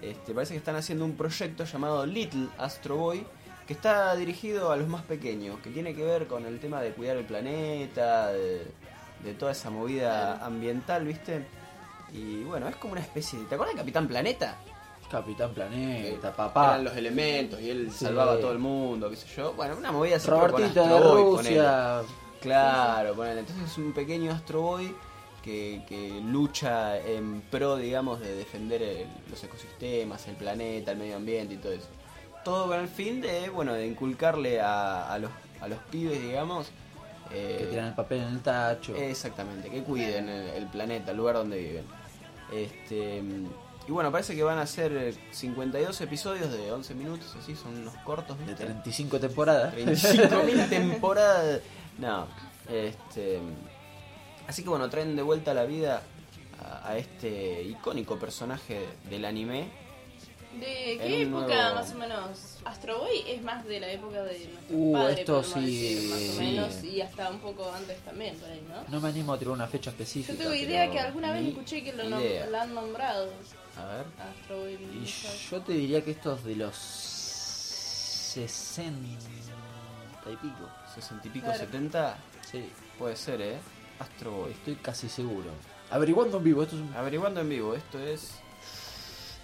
Speaker 3: Este, parece que están haciendo un proyecto llamado Little Astro Boy que está dirigido a los más pequeños, que tiene que ver con el tema de cuidar el planeta, de, de toda esa movida ambiental, ¿viste? Y bueno, es como una especie de... ¿Te acuerdas de Capitán Planeta?
Speaker 4: Capitán Planeta,
Speaker 3: Eh,
Speaker 4: papá.
Speaker 3: Eran los elementos y él
Speaker 4: Sí.
Speaker 3: salvaba a todo el mundo, qué sé yo. Bueno, una movida así, pero con
Speaker 4: Robertito de
Speaker 3: Astro Boy, ponele.
Speaker 4: Rusia.
Speaker 3: Claro, ponele. Entonces es un pequeño Astro Boy que, que lucha en pro, digamos, de defender el- los ecosistemas, el planeta, el medio ambiente y todo eso. Todo con el fin de, bueno, de inculcarle a, a los, a los pibes, digamos... eh,
Speaker 4: Que tiran el papel en el tacho.
Speaker 3: Exactamente, que cuiden el, el planeta, el lugar donde viven. Este, y bueno, parece que van a ser 52 episodios de 11 minutos, así son unos cortos.
Speaker 4: de
Speaker 3: ¿viste?
Speaker 4: 35 temporadas.
Speaker 3: 35.000 temporadas. No, este. Así que bueno, traen de vuelta a la vida a, a este icónico personaje del anime.
Speaker 6: ¿De
Speaker 3: En
Speaker 6: qué
Speaker 3: un
Speaker 6: época
Speaker 3: nuevo-
Speaker 6: más o menos? Astro Boy es más de la época de nuestros
Speaker 4: Uh,
Speaker 6: padres,
Speaker 4: esto
Speaker 6: podemos
Speaker 4: sí,
Speaker 6: decir, más o
Speaker 4: sí.
Speaker 6: menos, y hasta un poco antes también, por ahí, ¿no?
Speaker 4: No me animo a tirar una fecha
Speaker 6: Yo
Speaker 4: específica.
Speaker 6: tengo idea
Speaker 4: pero
Speaker 6: que alguna vez
Speaker 3: ni
Speaker 6: escuché que lo, nom-
Speaker 3: idea.
Speaker 6: la han nombrado
Speaker 3: A ver.
Speaker 6: Astro Boy.
Speaker 4: Y
Speaker 6: no sé.
Speaker 4: yo te diría que esto es de los 60 y pico.
Speaker 3: 60 y pico,
Speaker 6: Claro.
Speaker 3: 70.
Speaker 4: Sí,
Speaker 3: Puede ser, ¿eh? Astro Boy.
Speaker 4: estoy casi seguro. Averiguando en vivo, esto es un...
Speaker 3: Averiguando en vivo, esto es.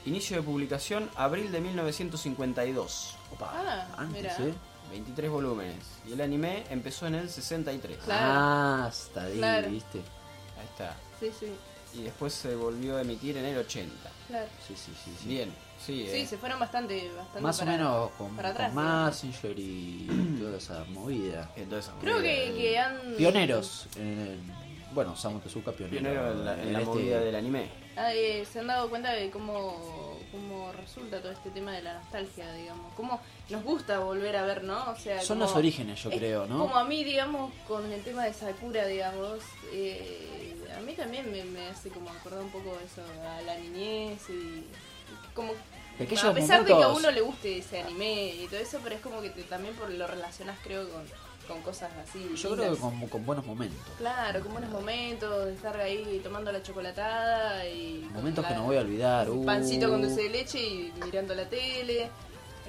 Speaker 3: Inicio de publicación, abril de 1952.
Speaker 4: Opa,
Speaker 6: Ah,
Speaker 4: antes,
Speaker 6: mira.
Speaker 4: ¿eh?
Speaker 3: 23 volúmenes. Y el anime empezó en el 63.
Speaker 6: Claro.
Speaker 4: Ah, hasta ahí,
Speaker 6: Claro.
Speaker 4: viste.
Speaker 3: Ahí está.
Speaker 6: Sí, sí,
Speaker 3: Y después se volvió a emitir en el 80.
Speaker 6: claro.
Speaker 4: Sí, sí, sí. sí.
Speaker 3: Bien, sí.
Speaker 6: Sí,
Speaker 3: eh.
Speaker 6: se fueron bastante, bastante
Speaker 4: Más
Speaker 6: para-
Speaker 4: o menos con,
Speaker 6: para
Speaker 4: con
Speaker 6: atrás.
Speaker 4: Massinger y toda esa movida.
Speaker 3: Entonces, eh,
Speaker 6: Creo que, que han...
Speaker 4: Pioneros. en el- bueno, Samu Tezuka, pionero,
Speaker 3: Pionero en la, en la
Speaker 4: este-
Speaker 3: movida del anime.
Speaker 6: Ah, eh, se han dado cuenta de cómo, cómo resulta todo este tema de la nostalgia, digamos. Cómo nos gusta volver a ver, ¿no? O sea,
Speaker 4: Son
Speaker 6: como-
Speaker 4: los orígenes, yo
Speaker 6: es
Speaker 4: creo, ¿no?
Speaker 6: Como a mí, digamos, con el tema de Sakura, digamos, eh, a mí también me, me hace como acordar un poco eso a la niñez y, y como...
Speaker 4: Pequeños
Speaker 6: a pesar de que a
Speaker 4: momentos.
Speaker 6: uno le guste ese anime y todo eso, pero es como que te- también por, lo relacionas, creo, con, con cosas así.
Speaker 4: Yo creo
Speaker 6: lindas.
Speaker 4: que con, con buenos momentos.
Speaker 6: Claro, como unos momentos de estar ahí tomando la chocolatada y... con
Speaker 4: Momentos que
Speaker 6: la-
Speaker 4: no voy a olvidar.
Speaker 6: un
Speaker 4: uh.
Speaker 6: Pancito con dulce de leche y mirando la tele. Eh,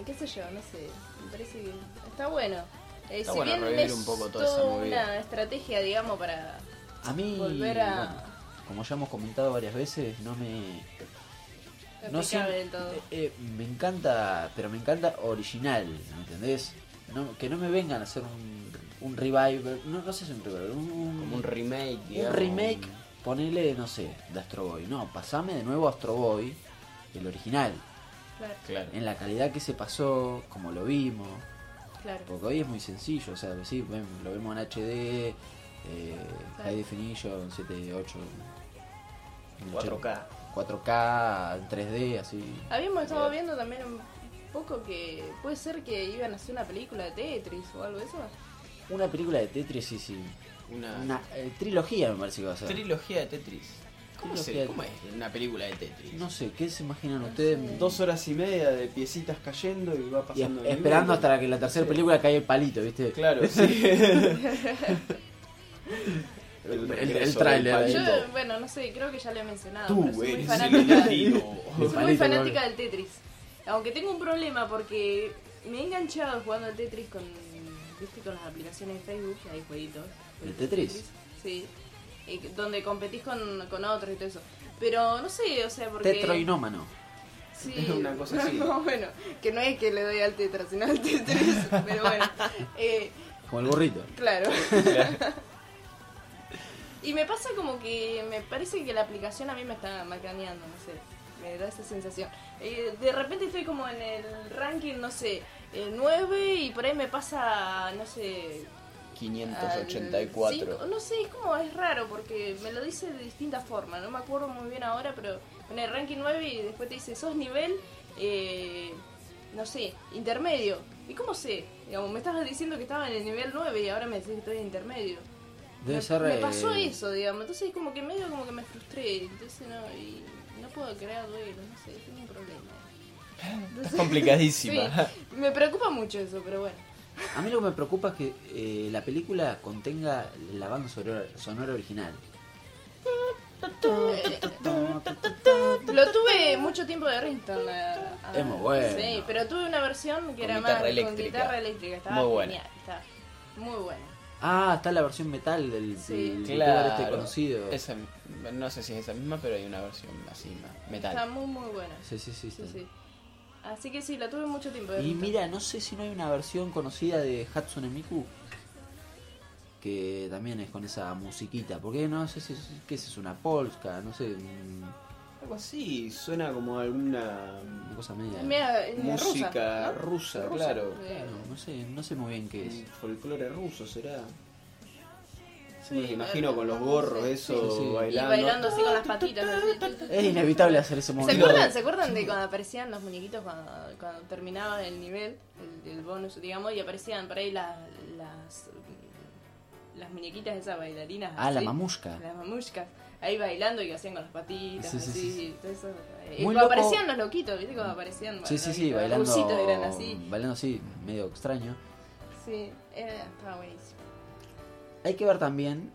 Speaker 6: ¿Qué sé yo? No sé. Me parece que está bueno. Eh,
Speaker 3: Está
Speaker 6: si
Speaker 3: bueno
Speaker 6: bien
Speaker 3: revivir
Speaker 6: es
Speaker 3: un poco toda esa
Speaker 6: toda
Speaker 3: movida.
Speaker 6: una estrategia, digamos, para.
Speaker 4: A mí,
Speaker 6: Volver a-
Speaker 4: bueno, como ya hemos comentado varias veces, no me...
Speaker 6: No
Speaker 4: No
Speaker 6: sé.
Speaker 4: siempre-
Speaker 6: del todo.
Speaker 4: eh, eh, me encanta, pero me encanta original, ¿me entendés? No- que no me vengan a hacer un, un revival, no, no sé si un revival, un, un-
Speaker 3: Como un remake,
Speaker 4: un
Speaker 3: digamos.
Speaker 4: remake, ponele, no sé, de Astro Boy. No, pasame de nuevo a Astro Boy, el original,
Speaker 6: Claro,
Speaker 3: Claro.
Speaker 4: en la calidad que se pasó, como lo vimos,
Speaker 6: claro.
Speaker 4: porque hoy es muy sencillo, o sea, pues sí, ven- lo vemos en HD, eh,
Speaker 6: Claro.
Speaker 4: High Definition, 7, 8,
Speaker 3: 4K.
Speaker 4: 4K, en 3D, así.
Speaker 6: Habíamos estado viendo también un poco que. Puede ser que iban a hacer una película de Tetris o algo de eso.
Speaker 4: Una película de Tetris, sí, sí.
Speaker 3: Una,
Speaker 4: Una eh, trilogía me parece que va a ser.
Speaker 3: trilogía de Tetris. ¿Cómo,
Speaker 4: Trilogía
Speaker 3: se-
Speaker 4: de-
Speaker 3: cómo es una película de Tetris?
Speaker 4: no sé, ¿qué se imaginan ustedes?
Speaker 3: Dos horas y media de piecitas cayendo y va
Speaker 4: Y
Speaker 3: pasando.
Speaker 4: es-
Speaker 3: el
Speaker 4: esperando
Speaker 3: nivel.
Speaker 4: hasta que la tercera
Speaker 3: Sí.
Speaker 4: película caiga el palito, ¿viste?
Speaker 3: Claro, sí.
Speaker 4: El- el
Speaker 3: regreso del
Speaker 4: tráiler ahí.
Speaker 6: Yo,
Speaker 3: palito.
Speaker 6: bueno, no sé, creo que ya lo he mencionado. pero
Speaker 3: Tú
Speaker 6: soy muy
Speaker 3: eres el
Speaker 6: fanática. Ah,
Speaker 3: elegido.
Speaker 6: Soy muy
Speaker 4: Palito,
Speaker 6: fanática del Tetris. Aunque tengo un problema porque me he enganchado jugando al Tetris con, ¿viste? con las aplicaciones de Facebook, que hay jueguitos.
Speaker 4: ¿El Tetris?
Speaker 6: Sí. Y que- donde competís con, con otros y todo eso. Pero no sé, o sea, porque...
Speaker 4: Tetroinómano.
Speaker 6: Sí,
Speaker 3: Una cosa así.
Speaker 6: No, bueno, que no es que le doy al Tetra, sino al Tetris. pero bueno. Eh,
Speaker 4: Como el gorrito.
Speaker 6: Claro. y me pasa como que me parece que la aplicación a mí me está macaneando, no sé. Me da esa sensación. Eh, de repente estoy como en el ranking, no sé, el 9 y por ahí me pasa, no sé... al
Speaker 3: 584.
Speaker 6: cinco, no sé, es como es raro porque me lo dice de distintas formas. No me acuerdo muy bien ahora, pero en el ranking 9 y después te dice, sos nivel... eh, no sé, intermedio. ¿Y cómo sé? Digamos, me estabas diciendo que estaba en el nivel 9 y ahora me decís que estoy en intermedio.
Speaker 4: Debe
Speaker 6: me,
Speaker 4: ser.
Speaker 6: me
Speaker 4: eh,
Speaker 6: pasó eso, digamos. Entonces como que medio como que me frustré. Entonces no, y no puedo crear duelos, no sé, tengo un problema.
Speaker 3: Es complicadísima.
Speaker 6: Sí, me preocupa mucho eso, pero bueno.
Speaker 4: A mí lo que me preocupa es que eh, la película contenga la banda sonora, sonora original.
Speaker 6: Lo tuve mucho tiempo de Rington. la- a-
Speaker 4: Es muy bueno.
Speaker 6: Sí, pero tuve una versión que
Speaker 3: Con
Speaker 6: era
Speaker 3: guitarra
Speaker 6: más con
Speaker 3: eléctrica.
Speaker 6: guitarra eléctrica. Estaba
Speaker 3: Muy buena.
Speaker 6: genial, estaba muy buena.
Speaker 4: Ah, está la versión metal del,
Speaker 6: Sí.
Speaker 4: del youtuber este conocido.
Speaker 3: Esa- no sé si es esa misma, pero hay una versión así más
Speaker 6: Estaba
Speaker 3: metal.
Speaker 6: muy, muy buena.
Speaker 4: Sí, sí, sí.
Speaker 6: Sí,
Speaker 4: está.
Speaker 6: sí. Así que sí, la tuve mucho tiempo de
Speaker 4: Y
Speaker 6: Ringtone.
Speaker 4: mira, no sé si no hay una versión conocida de Hatsune Miku que también es con esa musiquita, porque no sé si es, qué es, es una polska, no sé, un-
Speaker 3: Algo así, suena como alguna
Speaker 4: una cosa media.
Speaker 6: Mira, eh,
Speaker 3: música
Speaker 6: rusa, ¿no?
Speaker 3: rusa,
Speaker 6: Rusa,
Speaker 3: claro.
Speaker 6: eh,
Speaker 4: Claro, no sé, no sé muy bien qué es.
Speaker 3: Un Folclore ruso será.
Speaker 6: Sí,
Speaker 3: Me imagino con los
Speaker 6: no
Speaker 3: gorros,
Speaker 6: sé.
Speaker 3: eso,
Speaker 4: Sí, sí.
Speaker 6: Y
Speaker 3: bailando. Mm.
Speaker 6: bailando así con las patitas. así.
Speaker 4: Es inevitable hacer ese
Speaker 6: ¿Se
Speaker 4: movimiento.
Speaker 6: acuerdan, ¿Se acuerdan de cuando aparecían los muñequitos cuando, cuando terminaba el nivel, el, el bonus, digamos, y aparecían por ahí las las, las muñequitas esas bailarinas?
Speaker 4: Ah, la
Speaker 6: así,
Speaker 4: mamushka.
Speaker 6: Las mamushkas. Ahí bailando y hacían con las patitas,
Speaker 4: Sí, sí,
Speaker 6: así,
Speaker 4: sí, sí.
Speaker 6: y todo eso. Eh,
Speaker 4: Muy
Speaker 6: cuando
Speaker 4: loco.
Speaker 6: aparecían los loquitos, ¿viste? Cuando aparecían
Speaker 4: Sí, sí,
Speaker 6: los-
Speaker 4: sí,
Speaker 6: los
Speaker 4: bailando.
Speaker 6: rusitos eran así.
Speaker 4: Bailando así, medio extraño.
Speaker 6: Sí, era, estaba buenísimo.
Speaker 4: Hay que ver también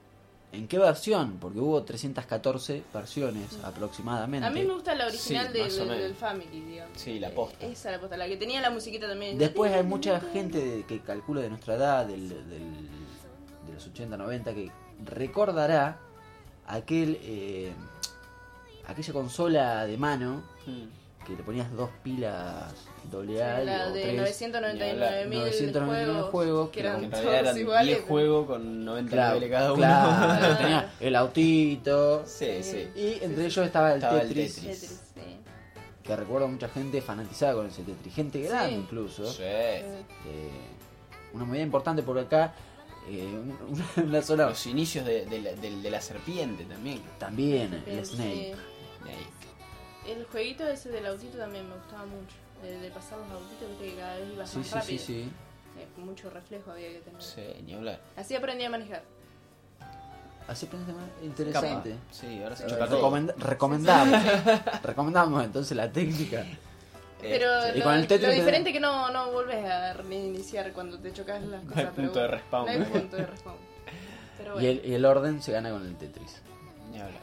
Speaker 4: en qué versión, porque hubo 314 versiones aproximadamente.
Speaker 6: Mm. A mí me gusta la original
Speaker 3: Sí,
Speaker 6: de-
Speaker 3: más o
Speaker 6: del-
Speaker 3: menos.
Speaker 6: del Family, digamos.
Speaker 3: Sí, la posta.
Speaker 6: Eh, Esa la posta, la que tenía la musiquita también.
Speaker 4: Después hay mucha gente de- que calcula de nuestra edad, del, del- de los 80, 90, que recordará aquel eh, aquella consola de mano
Speaker 3: Mm.
Speaker 4: que le ponías dos pilas doble A y-
Speaker 6: La
Speaker 4: o
Speaker 6: de
Speaker 4: tres.
Speaker 6: 999.000
Speaker 4: 999
Speaker 6: juegos,
Speaker 4: juegos,
Speaker 6: que
Speaker 4: que
Speaker 6: eran
Speaker 3: en
Speaker 6: todos
Speaker 3: realidad eran 10
Speaker 6: iguales.
Speaker 3: juegos con 90
Speaker 4: Claro,
Speaker 3: niveles cada uno.
Speaker 4: claro,
Speaker 6: Ah.
Speaker 4: tenía el autito.
Speaker 3: sí, sí.
Speaker 4: Y entre ellos estaba el
Speaker 3: Estaba el
Speaker 4: Tetris,
Speaker 3: Tetris.
Speaker 6: Tetris, sí.
Speaker 4: que recuerdo a mucha gente fanatizada con ese Tetris, gente grande
Speaker 6: Sí.
Speaker 4: incluso.
Speaker 3: Sí.
Speaker 4: Eh, una movida importante por acá, eh, un- una, una sola...
Speaker 3: Los inicios de, de la, del- de la serpiente también.
Speaker 4: También
Speaker 6: Bien,
Speaker 4: el Snake.
Speaker 6: sí.
Speaker 3: De ahí.
Speaker 6: El jueguito ese del autito también me gustaba mucho. El de pasar los autitos, viste que cada vez ibas
Speaker 4: Sí,
Speaker 6: más
Speaker 4: sí, sí,
Speaker 6: rápido.
Speaker 4: sí.
Speaker 6: Eh, mucho reflejo había que tener.
Speaker 3: Sí, ni hablar.
Speaker 6: Así aprendí a manejar.
Speaker 4: Eh, Así parece más interesante.
Speaker 3: Capa. Sí, ahora se
Speaker 4: Eh,
Speaker 3: choca todo.
Speaker 4: recomenda- recomendamos. recomendamos entonces la técnica.
Speaker 6: Pero
Speaker 4: sí. Y
Speaker 6: lo,
Speaker 4: con el Tetris
Speaker 6: lo
Speaker 4: te-
Speaker 6: diferente que no, no volvés a reiniciar cuando te chocas las
Speaker 3: No hay
Speaker 6: cosas. pero
Speaker 3: punto de
Speaker 6: bueno,
Speaker 3: respawn.
Speaker 6: No hay punto de respawn. Pero bueno.
Speaker 4: Y el, y el orden se gana con el Tetris.
Speaker 3: Ni hablar.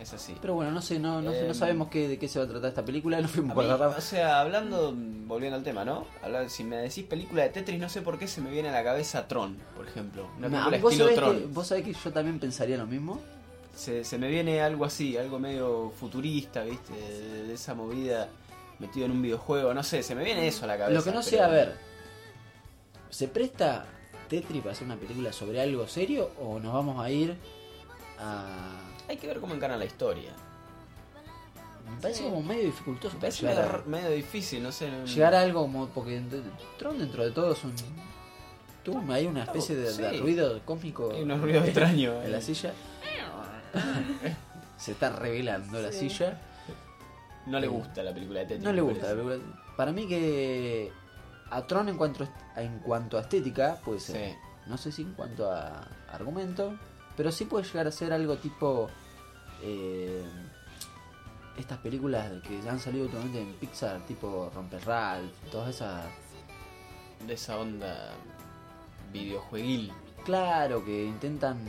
Speaker 3: Es así.
Speaker 4: Pero bueno, no sé, no, no, sé, no
Speaker 3: Em.
Speaker 4: sabemos qué, de qué se va a tratar esta película. No fuimos
Speaker 3: A mí,
Speaker 4: por la rama.
Speaker 3: o sea, hablando, volviendo al tema, ¿no? Habla- si me decís película de Tetris, no sé por qué se me viene a la cabeza Tron, por ejemplo. Una
Speaker 4: Nah,
Speaker 3: película
Speaker 4: ¿vos,
Speaker 3: estilo
Speaker 4: sabés que,
Speaker 3: Tron.
Speaker 4: vos sabés que yo también pensaría lo mismo.
Speaker 3: Se, se me viene algo así, algo medio futurista, ¿viste? De, de esa movida metido en un videojuego, no sé, se me viene eso a la cabeza.
Speaker 4: lo que no sé,
Speaker 3: pero-
Speaker 4: a ver, ¿se presta Tetris para hacer una película sobre algo serio o nos vamos a ir a.
Speaker 3: Hay que ver cómo encarna la historia.
Speaker 4: Me parece
Speaker 6: Sí.
Speaker 4: como medio dificultoso
Speaker 3: Me
Speaker 4: para
Speaker 3: parece
Speaker 4: llegar
Speaker 3: medio,
Speaker 4: a,
Speaker 3: medio difícil, no sé. no-
Speaker 4: llegar a algo como. Porque en- Tron dentro de todo es un. Tuvo hay una especie de, de
Speaker 3: Sí.
Speaker 4: ruido cósmico
Speaker 3: Hay unos ruidos extraños. eh.
Speaker 4: en la silla. Se está revelando la
Speaker 6: Sí.
Speaker 4: silla.
Speaker 3: No le gusta la película de Tetris.
Speaker 4: No le
Speaker 3: me
Speaker 4: gusta.
Speaker 3: parece.
Speaker 4: la película. Para mí que a Tron en cuanto, est- en cuanto a estética puede ser.
Speaker 3: Sí.
Speaker 4: No sé si en cuanto a argumento, pero sí puede llegar a ser algo tipo eh, estas películas que ya han salido últimamente en Pixar, tipo Romperral, todas esas.
Speaker 3: De esa onda videojueguil.
Speaker 4: Claro, que intentan.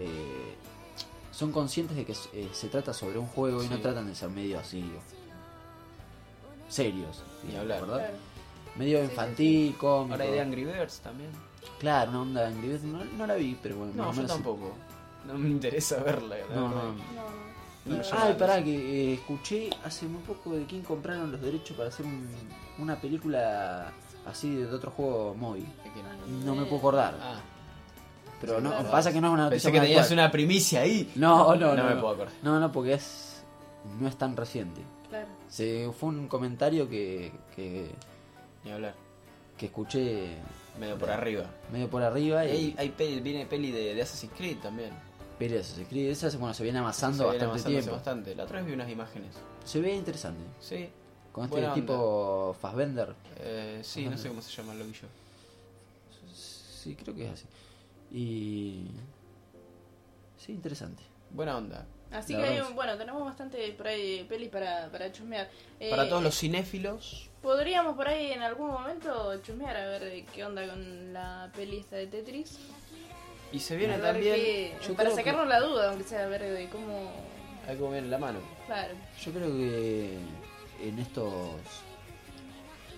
Speaker 4: eh, son conscientes de que eh, se trata sobre un juego y no
Speaker 3: Sí.
Speaker 4: tratan de ser medio así. Serios,
Speaker 3: Ni hablar.
Speaker 4: ¿verdad?
Speaker 6: Claro.
Speaker 4: medio
Speaker 6: Sí, sí,
Speaker 4: infantil, cómico.
Speaker 3: Ahora hay de Angry Birds también.
Speaker 4: Claro, una onda de Angry Birds. No, no la vi, pero bueno.
Speaker 3: No,
Speaker 4: más o
Speaker 3: yo
Speaker 4: menos-
Speaker 3: tampoco. No me interesa verla. la
Speaker 4: No,
Speaker 3: verdad.
Speaker 4: no.
Speaker 6: No, no.
Speaker 3: No me llama
Speaker 4: Ay,
Speaker 3: la
Speaker 4: pará, que eh, escuché hace muy poco de quién compraron los derechos para hacer un- una película así de otro juego móvil.
Speaker 3: atención.
Speaker 4: No me puedo acordar,
Speaker 3: Ah,
Speaker 4: pero
Speaker 3: sí,
Speaker 4: no,
Speaker 3: claro.
Speaker 4: pasa que no es una noticia
Speaker 3: Ah, pensé que
Speaker 4: muy
Speaker 3: tenías
Speaker 4: actual.
Speaker 3: una primicia ahí.
Speaker 4: No, no, no.
Speaker 3: No me
Speaker 4: no.
Speaker 3: puedo acordar.
Speaker 4: No, no, porque es no es tan reciente.
Speaker 6: Claro.
Speaker 4: Se, fue un comentario que, que,
Speaker 3: Ni hablar.
Speaker 4: que escuché
Speaker 3: Medio por arriba.
Speaker 4: medio por arriba y
Speaker 3: Hay, hay peli, viene peli de, de Assassin's Creed también.
Speaker 4: pero eso se escribe, eso se- bueno, se viene
Speaker 3: Se
Speaker 4: amasando
Speaker 3: viene
Speaker 4: bastante
Speaker 3: avanzando hace
Speaker 4: tiempo.
Speaker 3: bastante. La otra vez vi unas imágenes.
Speaker 4: Se ve interesante.
Speaker 3: Sí,
Speaker 4: Con este
Speaker 3: Buena onda.
Speaker 4: tipo Fassbender.
Speaker 3: eh, sí, no sé cómo se llama el loquillo.
Speaker 4: Sí, creo que es así. Y. Sí, interesante.
Speaker 3: Buena onda.
Speaker 6: Así
Speaker 4: La
Speaker 6: que hay
Speaker 4: verdad
Speaker 6: un- bueno, tenemos bastante por ahí pelis para, para chusmear. Eh,
Speaker 3: Para todos los cinéfilos,
Speaker 6: Podríamos por ahí en algún momento chusmear a ver eh, qué onda con la peli esta de Tetris.
Speaker 3: y se
Speaker 6: A
Speaker 3: viene
Speaker 6: ver
Speaker 3: también
Speaker 6: qué-
Speaker 4: yo
Speaker 6: para
Speaker 4: creo que-
Speaker 6: sacarnos la duda, aunque sea a ver de cómo.
Speaker 3: algo bien en la mano.
Speaker 6: Claro.
Speaker 4: Yo creo que en estos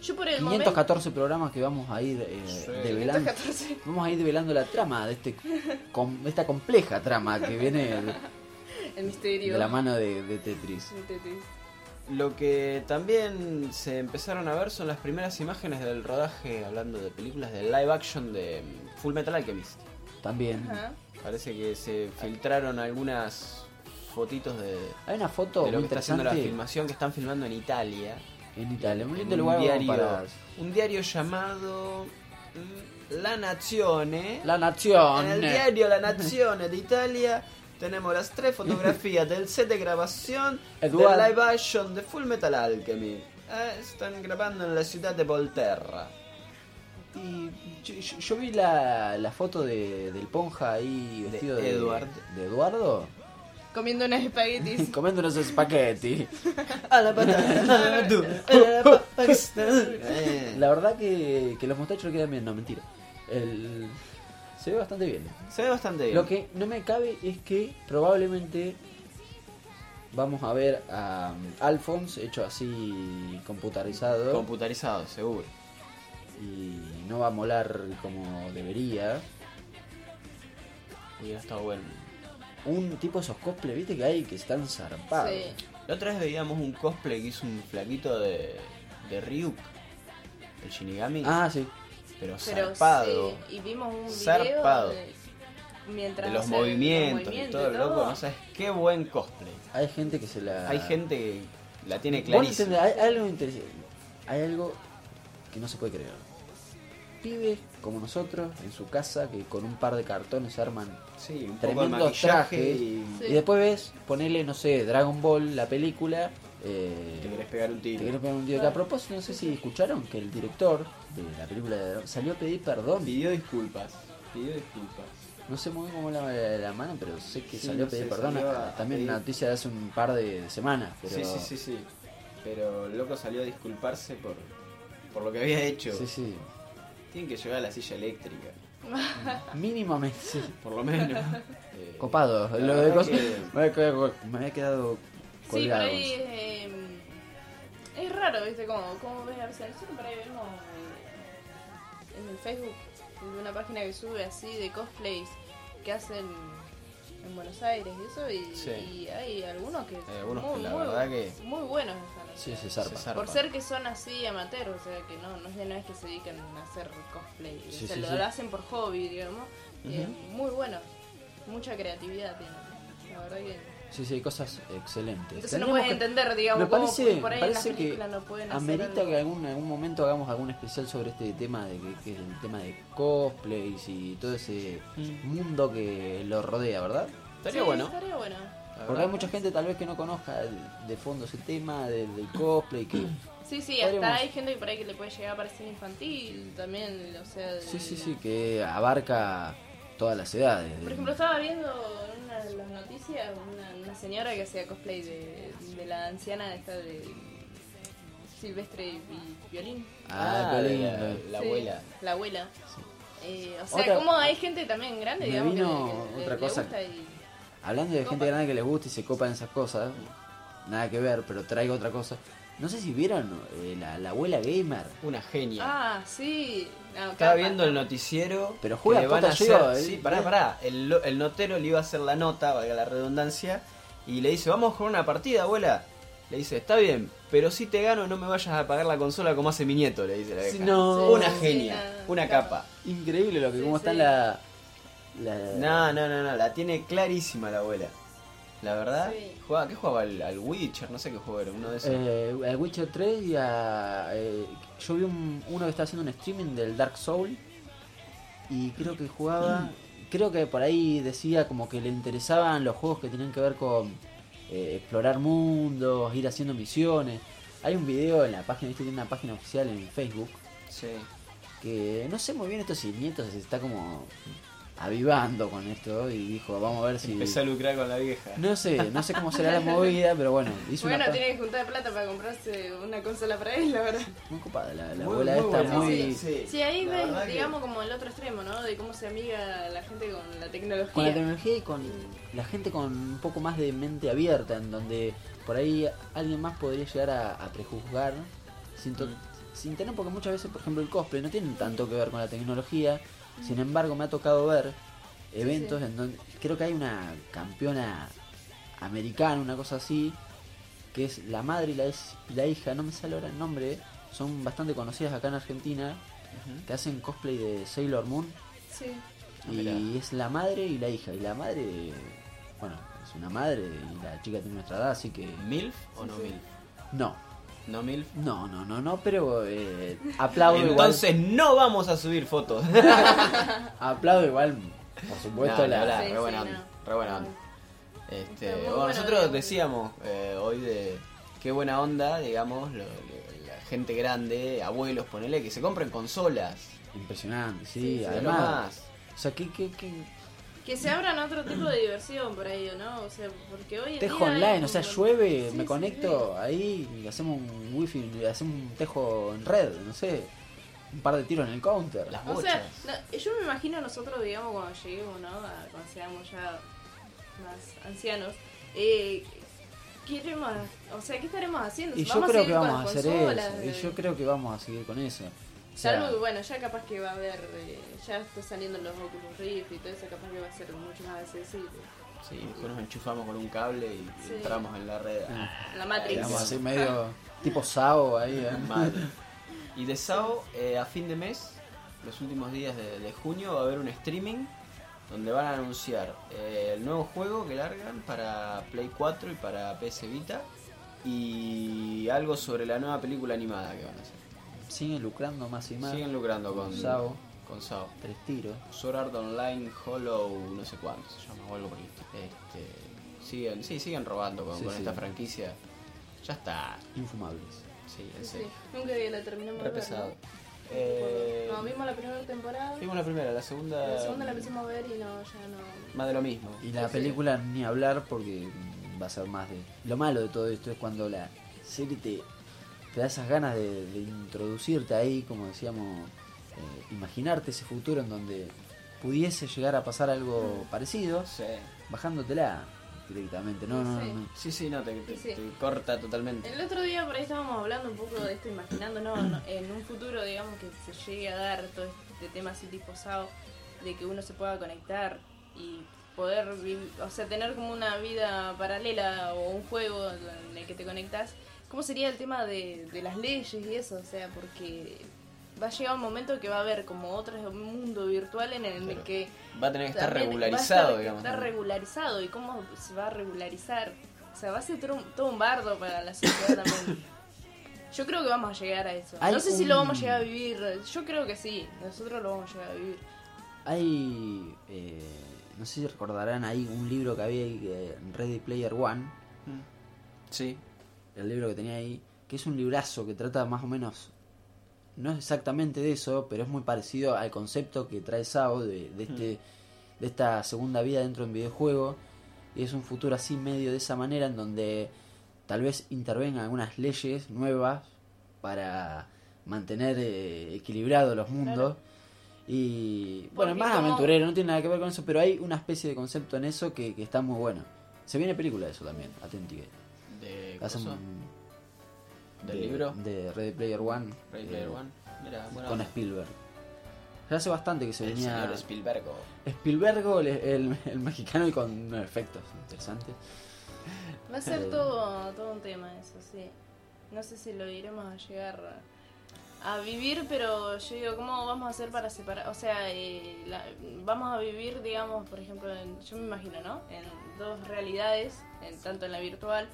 Speaker 6: Yo por el momento.
Speaker 4: 514 programas que vamos a ir eh,
Speaker 3: Sí.
Speaker 4: develando.
Speaker 6: 514.
Speaker 4: Vamos a ir develando la trama de este com- esta compleja trama que viene de,
Speaker 6: El misterio.
Speaker 4: de la mano de, de Tetris.
Speaker 6: de Tetris.
Speaker 3: Lo que también se empezaron a ver son las primeras imágenes del rodaje, hablando de películas de live action de mm, Full Metal Alchemist.
Speaker 4: También.
Speaker 6: Ajá.
Speaker 3: Parece que se filtraron algunas fotitos de,
Speaker 4: Hay una foto
Speaker 3: de
Speaker 4: Oh, muy
Speaker 3: lo que está haciendo la
Speaker 4: interesante
Speaker 3: filmación que están filmando en Italia.
Speaker 4: en Italia. Un
Speaker 3: En
Speaker 4: lindo lugar como para.
Speaker 3: un diario llamado mm, La Nazione.
Speaker 4: La Nación. eh,
Speaker 3: En el diario La Nazione de Italia tenemos las tres fotografías del set de grabación
Speaker 4: Eduardo.
Speaker 3: del live action de Full Metal Alchemy. Eh, están grabando en la ciudad de Volterra.
Speaker 4: Y yo, yo- yo vi la, la foto de, del Ponja ahí
Speaker 3: De
Speaker 4: vestido de,
Speaker 3: Eduard.
Speaker 4: de Eduardo
Speaker 6: Comiendo unas espaguetis.
Speaker 4: comiendo unos espagueti.
Speaker 3: A la Eh,
Speaker 4: La verdad que, que los mostachos le quedan bien, no, mentira. El- se ve bastante bien.
Speaker 3: Se ve bastante bien.
Speaker 4: Lo que no me cabe es que probablemente vamos a ver a Alphonse hecho así computarizado
Speaker 3: Computarizado, seguro.
Speaker 4: y no va a molar como debería.
Speaker 3: Hubiera estado bueno.
Speaker 4: Un tipo de esos cosplay, viste que hay que están zarpados.
Speaker 6: Sí.
Speaker 3: La otra vez veíamos un cosplay que hizo un flaquito de, de Ryuk, el Shinigami,
Speaker 4: Ah, sí.
Speaker 3: pero
Speaker 6: Pero
Speaker 3: zarpado.
Speaker 6: sí, y vimos un
Speaker 3: Zarpado.
Speaker 6: video de, mientras
Speaker 3: De los
Speaker 6: hacen
Speaker 3: movimientos y todo, loco, no
Speaker 6: sé.
Speaker 3: sabes qué buen cosplay.
Speaker 4: Hay gente que se la.
Speaker 3: Hay gente que la tiene
Speaker 4: Ah. Vos no entendés,
Speaker 3: clarísima.
Speaker 4: hay, hay algo interesante. Hay algo que no se puede creer. Pibes como nosotros en su casa que con un par de cartones arman
Speaker 3: Sí, un poco de
Speaker 4: tremendos
Speaker 3: maquillaje
Speaker 4: trajes.
Speaker 3: y
Speaker 6: Sí.
Speaker 4: Y después ves, ponele, no sé, Dragon Ball, la película.
Speaker 3: te
Speaker 4: Eh,
Speaker 3: querés pegar un
Speaker 4: te
Speaker 3: tiro.
Speaker 4: querés pegar un tiro. Que a propósito, no sé si escucharon que el director de la película de Dragon salió a pedir perdón.
Speaker 3: Pidió disculpas, pidió disculpas.
Speaker 4: No sé muy bien cómo la, la mano, pero sé que
Speaker 3: Sí,
Speaker 4: salió a
Speaker 3: no
Speaker 4: pedir
Speaker 3: sé,
Speaker 4: perdón.
Speaker 3: salió
Speaker 4: a-
Speaker 3: a
Speaker 4: También
Speaker 3: pedir-
Speaker 4: una noticia de hace un par de semanas. Pero...
Speaker 3: Sí, sí, sí, sí. Pero el loco salió a disculparse por, por lo que había hecho.
Speaker 4: Sí, sí.
Speaker 3: Tienen que llegar a la silla eléctrica,
Speaker 4: Mínimamente, sí.
Speaker 3: por lo menos. Eh,
Speaker 4: Copado.
Speaker 3: la
Speaker 4: Lo de
Speaker 3: verdad
Speaker 4: cos-
Speaker 3: que-
Speaker 4: me, había quedado, me había quedado
Speaker 6: Sí, por
Speaker 4: colgado.
Speaker 6: ahí es, eh, es raro, ¿viste? Como, como ves a veces, nosotros por ahí vemos eh, en el Facebook de una página que sube así de cosplays que hacen en Buenos Aires y eso, y,
Speaker 3: Sí.
Speaker 6: y hay algunos que
Speaker 3: Hay algunos que la verdad que-
Speaker 6: muy buenos están.
Speaker 4: Sí, se zarpa.
Speaker 3: Se zarpa.
Speaker 6: Por ser que son así amateurs, o sea que no, no, es, no es que se dedican a hacer cosplay,
Speaker 4: Sí,
Speaker 6: o sea,
Speaker 4: sí,
Speaker 6: lo,
Speaker 4: sí.
Speaker 6: lo hacen por hobby, digamos, y es muy bueno, mucha creatividad tienen, la verdad que...
Speaker 4: Sí, sí, hay cosas excelentes.
Speaker 6: Entonces no
Speaker 4: Tendríamos
Speaker 6: puedes
Speaker 4: que-
Speaker 6: entender, digamos,
Speaker 4: me
Speaker 6: cómo
Speaker 4: parece,
Speaker 6: por ahí
Speaker 4: me
Speaker 6: en las
Speaker 4: parece que
Speaker 6: películas no pueden hacer
Speaker 4: amerita
Speaker 6: algo.
Speaker 4: que algún, en algún momento hagamos algún especial sobre este tema de que, que es el tema de cosplays y todo ese
Speaker 6: Mm.
Speaker 4: mundo que lo rodea, ¿verdad?
Speaker 3: Estaría
Speaker 6: Sí,
Speaker 3: bueno.
Speaker 6: Estaría bueno.
Speaker 3: la
Speaker 4: Porque hay
Speaker 3: verdad.
Speaker 4: mucha gente tal vez que no conozca de, de fondo ese tema del, del cosplay que
Speaker 6: Sí, sí,
Speaker 4: Podríamos-
Speaker 6: hasta hay gente que por ahí que le puede llegar a parecer infantil también, o sea... de-
Speaker 4: sí, sí, sí, que abarca todas las edades.
Speaker 6: Por ejemplo, estaba viendo en una de las noticias una, una señora que hacía cosplay de, de la anciana esta de Silvestre y y Violín.
Speaker 4: Ah, qué
Speaker 3: de
Speaker 4: lindo.
Speaker 3: la, la
Speaker 6: Sí,
Speaker 3: abuela.
Speaker 6: La abuela. Eh, o sea,
Speaker 4: Otra-
Speaker 6: como hay gente también grande,
Speaker 4: Me
Speaker 6: digamos, que-
Speaker 4: vino
Speaker 6: que, le-
Speaker 4: otra
Speaker 6: le
Speaker 4: cosa.
Speaker 6: gusta y-
Speaker 4: Hablando de gente
Speaker 6: Copa.
Speaker 4: grande que les gusta y se copa en esas cosas, nada que ver, pero traigo otra cosa. No sé si vieron eh, la, la abuela gamer.
Speaker 3: Una genia.
Speaker 6: Ah, sí. No,
Speaker 3: Estaba
Speaker 6: capa.
Speaker 3: viendo el noticiero.
Speaker 4: Pero
Speaker 3: que
Speaker 4: juega
Speaker 3: le van a
Speaker 4: Tota
Speaker 3: hacer.
Speaker 4: Lleva, ¿eh?
Speaker 3: Sí, pará, pará. El, lo- el notero le iba a hacer la nota, valga la redundancia. Y le dice, vamos con una partida, abuela. Le dice, está bien, pero si te gano no me vayas a pagar la consola como hace mi nieto, le dice la
Speaker 4: Sí,
Speaker 3: vieja.
Speaker 4: no.
Speaker 3: Una
Speaker 6: Sí,
Speaker 3: genia,
Speaker 6: una
Speaker 3: una capa.
Speaker 6: capa.
Speaker 4: Increíble lo que
Speaker 6: Sí,
Speaker 4: cómo
Speaker 6: sí.
Speaker 4: está la, la-
Speaker 3: No, no, no, no, la tiene clarísima la abuela. La verdad,
Speaker 6: Sí.
Speaker 3: jugaba, ¿qué jugaba? Al, al Witcher, no sé qué juego era, uno de esos.
Speaker 4: eh, a Witcher 3 y a eh, yo vi un- uno que estaba haciendo un streaming del Dark Soul y creo que jugaba, creo que por ahí decía como que le interesaban los juegos que tenían que ver con eh, explorar mundos, ir haciendo misiones. Hay un video en la página, viste, tiene una página oficial en Facebook
Speaker 3: Sí.
Speaker 4: que no sé muy bien esto si Nieto se está como avivando con esto y dijo, vamos a ver si
Speaker 3: Empezó a lucrar con la vieja.
Speaker 4: No sé, no sé cómo será la movida, pero bueno, hizo
Speaker 6: Bueno,
Speaker 4: una pa-
Speaker 6: tiene que juntar plata para comprarse una consola para él, la verdad.
Speaker 4: muy copada la, la
Speaker 3: Muy-
Speaker 4: abuela
Speaker 3: muy
Speaker 4: esta
Speaker 3: buena.
Speaker 4: muy
Speaker 3: Sí,
Speaker 6: Sí, ahí
Speaker 3: la verdad
Speaker 6: ves,
Speaker 3: que-
Speaker 6: digamos, como el otro extremo, ¿no? De cómo se amiga la gente con la tecnología.
Speaker 4: con la tecnología y con la gente con un poco más de mente abierta, en donde por ahí alguien más podría llegar a, a prejuzgar sin, to- sin tener, porque muchas veces, por ejemplo, el cosplay no tiene tanto que ver con la tecnología, sin embargo me ha tocado ver eventos en donde creo que hay una campeona americana, una cosa así, que es la madre y la, his- la hija, no me sale ahora el nombre, son bastante conocidas acá en Argentina, que hacen cosplay de Sailor Moon.
Speaker 6: Sí.
Speaker 4: Y es la madre y la hija. Y la madre, bueno, es una madre y la chica tiene nuestra edad, así que...
Speaker 3: ¿Milf o no
Speaker 6: sí.
Speaker 3: Milf?
Speaker 4: No,
Speaker 3: ¿No Milf?
Speaker 4: no, no, no, no, pero eh, aplaudo
Speaker 3: Entonces no vamos a subir fotos.
Speaker 4: igual. Aplaudo igual, por supuesto,
Speaker 3: No,
Speaker 4: la...
Speaker 3: ni hablar,
Speaker 6: Sí,
Speaker 3: re buena
Speaker 6: sí,
Speaker 3: onda,
Speaker 6: no.
Speaker 3: re buena
Speaker 6: No.
Speaker 3: onda. Este,
Speaker 6: Está muy
Speaker 3: bueno,
Speaker 6: bueno,
Speaker 3: nosotros
Speaker 6: digamos.
Speaker 3: decíamos eh, hoy de qué buena onda, digamos, lo- lo- la gente grande, abuelos, ponele, que se compren consolas.
Speaker 4: Impresionante,
Speaker 6: Sí,
Speaker 4: sí,
Speaker 6: sí,
Speaker 3: de lo
Speaker 4: además...
Speaker 3: más.
Speaker 4: O sea, que, que, que-
Speaker 6: Que se abran a otro tipo de diversión por ahí, ¿o ¿no? O sea, porque hoy en
Speaker 4: Tejo
Speaker 6: día hay
Speaker 4: online, o
Speaker 6: un
Speaker 4: sea,
Speaker 6: montón-
Speaker 4: llueve,
Speaker 6: Sí,
Speaker 4: me
Speaker 6: sí,
Speaker 4: conecto ahí y hacemos un wifi, y hacemos un tejo en red, no sé. Un par de tiros en el counter.
Speaker 3: Las
Speaker 6: O sea,
Speaker 3: bochas.
Speaker 6: no, yo me imagino a nosotros, digamos, cuando lleguemos, ¿no? A- cuando seamos ya más ancianos, eh, ¿qué iremos a- o sea, ¿qué estaremos haciendo?
Speaker 4: Y yo
Speaker 6: ¿Vamos
Speaker 4: creo
Speaker 6: seguir
Speaker 4: que
Speaker 6: con
Speaker 4: vamos a
Speaker 6: las
Speaker 4: hacer
Speaker 6: consolas? eh.
Speaker 4: eso. Y yo creo que vamos a seguir con eso. O sea,
Speaker 6: Salvo que, bueno, ya capaz que va a haber, eh, ya está saliendo los Oculus Rift y todo eso, capaz que va a ser mucho más accesible.
Speaker 3: Sí, después nos enchufamos con un cable y y
Speaker 6: Sí.
Speaker 3: entramos en la red. Ah,
Speaker 6: La Matrix.
Speaker 4: Digamos así, medio tipo Sao ahí. ¿eh?
Speaker 3: madre. Y de Sao, eh, a fin de mes, los últimos días de, de junio, va a haber un streaming donde van a anunciar eh, el nuevo juego que largan para Play 4 y para PS Vita y algo sobre la nueva película animada que van a hacer.
Speaker 4: Siguen lucrando más y más.
Speaker 3: Siguen lucrando con
Speaker 4: Sao.
Speaker 3: Con Sao.
Speaker 4: Tres tiros.
Speaker 3: Sword Art Online Hollow, no sé cuánto se llama, o algo por el estilo. Este, siguen, sí, siguen robando con,
Speaker 4: Sí,
Speaker 3: con
Speaker 4: sí.
Speaker 3: esta franquicia. Ya está,
Speaker 4: Infumables.
Speaker 3: sí, en
Speaker 6: Sí,
Speaker 3: serio.
Speaker 6: Nunca la terminamos de
Speaker 3: Re
Speaker 6: ver,
Speaker 3: pesado.
Speaker 6: ¿no?
Speaker 3: Eh,
Speaker 6: No, vimos la primera temporada.
Speaker 3: vimos la primera, la segunda.
Speaker 6: La segunda la empezamos a ver y no, ya no.
Speaker 3: Más de lo mismo.
Speaker 4: Y la película ni hablar porque va a ser más de... Lo malo de todo esto es cuando la serie te, te da esas ganas de, de introducirte ahí, como decíamos, eh, imaginarte ese futuro en donde pudiese llegar a pasar algo parecido,
Speaker 3: Sí,
Speaker 4: bajándotela directamente. No, no, no, no.
Speaker 3: sí, sí, no, te, te-
Speaker 6: Sí, sí.
Speaker 3: te corta totalmente.
Speaker 6: El otro día por ahí estábamos hablando un poco de esto, imaginándonos ¿no? en un futuro, digamos, que se llegue a dar todo este tema así tipo SAO, de que uno se pueda conectar y poder vivir, o sea, tener como una vida paralela o un juego en el que te conectas. ¿Cómo sería el tema de, de las leyes y eso? O sea, porque va a llegar un momento que va a haber como otro mundo virtual en el
Speaker 3: Claro.
Speaker 6: que
Speaker 3: Va a tener que estar
Speaker 6: también va a
Speaker 3: regularizado,
Speaker 6: estar-
Speaker 3: digamos.
Speaker 6: Está
Speaker 3: ¿no?
Speaker 6: regularizado. ¿Y cómo se va a regularizar? O sea, va a ser todo un, todo un bardo para la sociedad también. Yo creo que vamos a llegar a eso.
Speaker 4: Hay
Speaker 6: no sé si lo
Speaker 4: un-
Speaker 6: vamos a llegar a vivir. Yo creo que sí. Nosotros lo vamos a llegar a vivir.
Speaker 4: Hay, eh, no sé si recordarán ahí un libro que había ahí, que- Ready Player One,
Speaker 3: Mm. Sí,
Speaker 4: el libro que tenía ahí, que es un librazo que trata más o menos, no es exactamente de eso, pero es muy parecido al concepto que trae Sao de, de este,
Speaker 6: Hmm.
Speaker 4: de esta segunda vida dentro de un videojuego. Y es un futuro así medio de esa manera en donde tal vez intervengan algunas leyes nuevas para mantener eh, equilibrados los mundos. Y bueno,
Speaker 6: Porque
Speaker 4: más
Speaker 6: como-
Speaker 4: aventurero, no tiene nada que ver con eso, pero hay una especie de concepto en eso que, que está muy bueno. Se viene película de eso también, atentive.
Speaker 3: de
Speaker 4: Hacen
Speaker 3: coso,
Speaker 4: un-
Speaker 3: del
Speaker 4: de-
Speaker 3: libro.
Speaker 4: De Ready Player One.
Speaker 3: Ready
Speaker 4: eh,
Speaker 3: Player One. Mira, bueno.
Speaker 4: Con este Spielberg. Ya hace bastante que se
Speaker 3: el
Speaker 4: venía.
Speaker 3: señor Spielberg.
Speaker 4: Spielberg, el, el- el mexicano y con unos efectos interesantes.
Speaker 6: Va a
Speaker 4: Eh.
Speaker 6: ser todo, todo un tema eso, sí. No sé si lo iremos a llegar a vivir, pero yo digo, ¿cómo vamos a hacer para separar? O sea, eh, la- vamos a vivir, digamos, por ejemplo, en- yo me imagino, ¿no? En dos realidades, en, tanto en la virtual,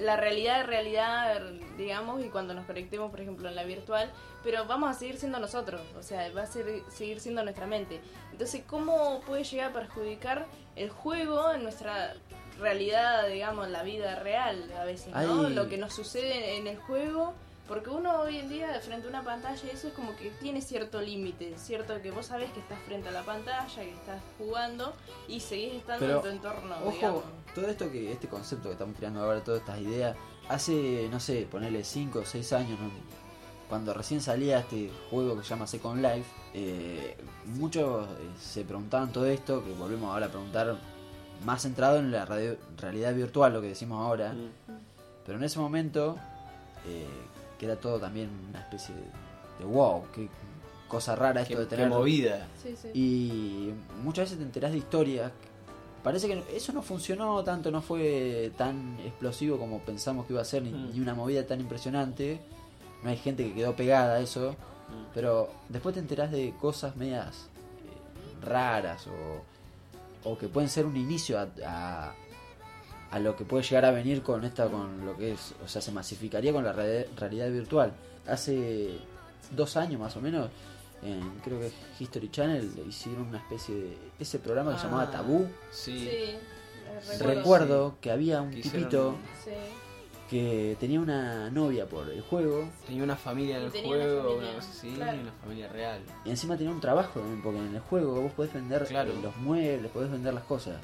Speaker 6: la realidad de realidad, digamos, y cuando nos conectemos, por ejemplo, en la virtual, pero vamos a seguir siendo nosotros, o sea, va a ser- seguir siendo nuestra mente. Entonces, ¿cómo puede llegar a perjudicar el juego en nuestra realidad, digamos, en la vida real a veces, ¿no?
Speaker 4: Hay-
Speaker 6: Lo que nos sucede en el juego, porque uno hoy en día frente a una pantalla, eso es como que tiene cierto límite, cierto que vos sabés que estás frente a la pantalla, que estás jugando y seguís estando
Speaker 4: Pero,
Speaker 6: en tu entorno,
Speaker 4: Ojo,
Speaker 6: digamos.
Speaker 4: todo esto que este concepto que estamos tirando ahora, todas estas ideas, hace, no sé, ponerle 5 o 6 años, ¿no? cuando recién salía este juego que se llama Second Life, eh, muchos eh, se preguntaban todo esto, que volvemos ahora a preguntar más centrado en la radio- realidad virtual, lo que decimos ahora.
Speaker 3: Mm.
Speaker 4: Pero en ese momento, eh, que era todo también una especie de, de wow, qué cosa rara esto de
Speaker 3: Qué, qué
Speaker 4: tener.
Speaker 3: movida.
Speaker 6: Sí, sí.
Speaker 4: Y muchas veces te enterás de historias. Parece que no- eso no funcionó tanto, no fue tan explosivo como pensamos que iba a ser, ni,
Speaker 3: Mm.
Speaker 4: ni una movida tan impresionante. No hay gente que quedó pegada a eso.
Speaker 3: Mm.
Speaker 4: Pero después te enterás de cosas medias eh, raras o, o que pueden ser un inicio a, a- a lo que puede llegar a venir con esta, con lo que es, o sea, se masificaría con la re- realidad virtual. Hace dos años más o menos, en, creo que es History Channel, hicieron una especie de ese programa que se llamaba
Speaker 3: Ah,
Speaker 4: Tabú.
Speaker 3: Sí.
Speaker 6: Sí,
Speaker 3: Recuerdo,
Speaker 4: Recuerdo
Speaker 3: sí.
Speaker 4: que había un
Speaker 3: Que hicieron-
Speaker 4: tipito
Speaker 6: Sí.
Speaker 4: que tenía una novia por el juego
Speaker 3: Tenía una familia en
Speaker 6: Y
Speaker 3: el
Speaker 6: tenía una
Speaker 3: juego,
Speaker 6: familia,
Speaker 3: una cosa así,
Speaker 6: claro.
Speaker 3: una familia real.
Speaker 4: Y encima tenía un trabajo también, porque en el juego vos podés vender
Speaker 3: Claro.
Speaker 4: eh, los muebles, podés vender las cosas.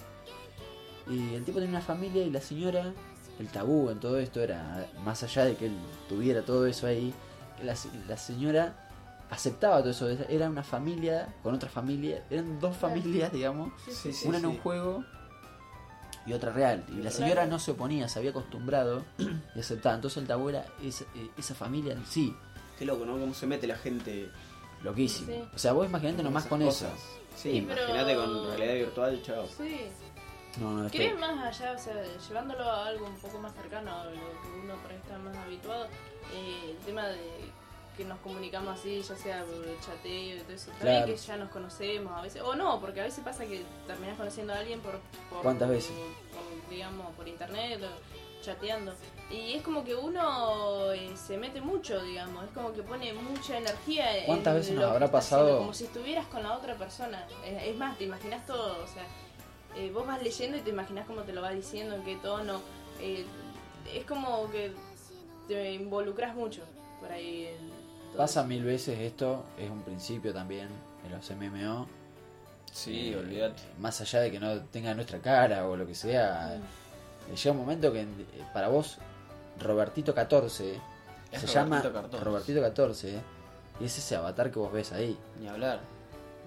Speaker 4: Y el tipo tenía una familia y la señora, el tabú en todo esto era, más allá de que él tuviera todo eso ahí, la, se- la señora aceptaba todo eso, era una familia con otra familia, eran dos
Speaker 6: Claro.
Speaker 4: familias, digamos,
Speaker 3: Sí, sí,
Speaker 4: una en
Speaker 3: sí.
Speaker 4: un juego y otra real. Y la señora no se oponía, se había acostumbrado y aceptaba. Entonces el tabú era esa, eh, esa familia en sí,
Speaker 3: Qué loco, ¿no? Cómo se mete la gente.
Speaker 4: loquísimo.
Speaker 6: Sí.
Speaker 4: O sea, vos imaginate nomás
Speaker 3: esas
Speaker 4: con eso.
Speaker 3: cosas. Sí,
Speaker 6: Pero-
Speaker 3: imagínate con realidad virtual, chao.
Speaker 6: Sí.
Speaker 7: No, no,
Speaker 4: este,
Speaker 6: ¿Querés
Speaker 7: esto-
Speaker 6: más allá, o sea, llevándolo a algo un poco más cercano, a lo que uno por ahí está más habituado, eh, el tema de que nos comunicamos así, ya sea por chateo y todo eso, también
Speaker 4: Claro.
Speaker 6: que ya nos conocemos a veces, o no, porque a veces pasa que terminás conociendo a alguien por... por-
Speaker 4: ¿Cuántas veces?
Speaker 6: por, digamos, por internet o chateando. Y es como que uno eh, se mete mucho, digamos, es como que pone mucha energía en
Speaker 4: ¿Cuántas veces
Speaker 6: lo
Speaker 4: nos
Speaker 6: que
Speaker 4: habrá
Speaker 6: está haciendo,
Speaker 4: pasado?
Speaker 6: como si estuvieras con la otra persona. Es, es más, te imaginas todo, o sea, eh, vos vas leyendo y te imaginas cómo te lo vas diciendo, en qué tono. eh, es como que te involucras mucho por ahí. en todo
Speaker 4: Pasa
Speaker 6: eso.
Speaker 4: mil veces esto, es un principio también en los MMO.
Speaker 3: Sí,
Speaker 4: Eh,
Speaker 3: olvídate.
Speaker 4: Más allá de que no tenga nuestra cara o lo que sea,
Speaker 3: Mm.
Speaker 4: eh, llega un momento que en- eh, para vos, Robertito 14,
Speaker 3: Es
Speaker 4: se
Speaker 3: Robertito
Speaker 4: llama
Speaker 3: 14.
Speaker 4: Robertito 14, y es ese avatar que vos ves ahí.
Speaker 3: Ni hablar,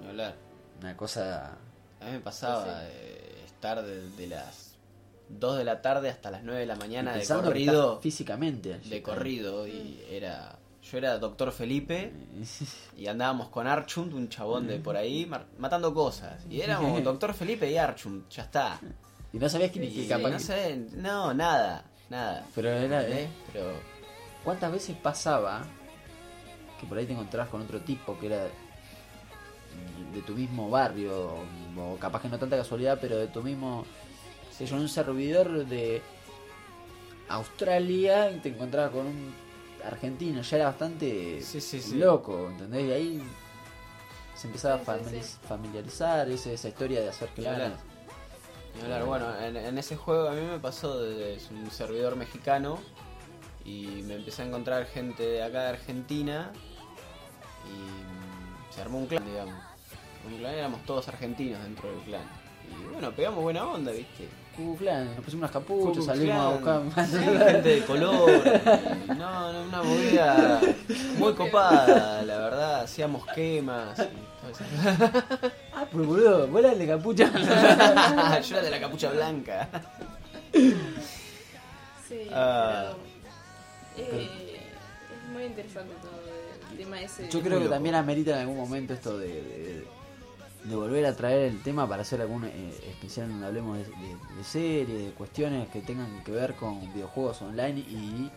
Speaker 3: ni hablar.
Speaker 4: Una cosa.
Speaker 3: A mí me pasaba eh, estar de, de las 2 de la tarde hasta las 9 de la mañana
Speaker 4: y
Speaker 3: de
Speaker 4: pensando que
Speaker 3: corrido.
Speaker 4: estás físicamente. allí.
Speaker 3: De corrido y era... Yo era doctor Felipe y andábamos con Archund, un chabón de por ahí, mar- matando cosas. Y éramos doctor Felipe y Archund, ya está.
Speaker 4: Y no sabías quién
Speaker 3: Y
Speaker 4: y capaz
Speaker 3: no
Speaker 4: que-
Speaker 3: sé, no, nada, nada.
Speaker 4: Pero era.
Speaker 3: ¿Entendés?
Speaker 4: eh,
Speaker 3: Pero
Speaker 4: ¿Cuántas veces pasaba que por ahí te encontrabas con otro tipo que era de tu mismo barrio, o capaz que no tanta casualidad, pero de tu mismo. sé yo, en un servidor de Australia y te encontrabas con un argentino, ya era bastante
Speaker 3: Sí, sí, sí.
Speaker 4: loco, ¿entendés? Y ahí se empezaba
Speaker 6: Sí,
Speaker 4: a
Speaker 6: sí,
Speaker 4: famili-
Speaker 6: sí.
Speaker 4: familiarizar esa, esa historia de hacer
Speaker 3: hablar.
Speaker 4: clanes.
Speaker 3: Ni hablar, bueno, en, en ese juego a mí me pasó de, de un servidor mexicano y me empecé a encontrar gente de acá de Argentina y mm, se armó un clan, digamos. Un clan éramos todos argentinos dentro del clan. Y bueno, pegamos buena onda, ¿viste?
Speaker 4: Ku Klux Klan, Uh, nos pusimos unas capuchas,
Speaker 3: Ku Klux
Speaker 4: salimos a
Speaker 3: Klan.
Speaker 4: buscar
Speaker 3: gente de color. y No, no, una movida muy copada, la verdad. Hacíamos quemas. y todo
Speaker 4: Ah, pero boludo, vuela el de capucha.
Speaker 3: eso. Yo era de la capucha blanca.
Speaker 6: Sí,
Speaker 3: Ah.
Speaker 6: pero, eh, es muy interesante todo el tema ese.
Speaker 4: Yo creo que también amerita en algún momento esto de, de- de volver a traer el tema para hacer algún eh, especial donde hablemos de, de- de series, de cuestiones que tengan que ver con videojuegos online y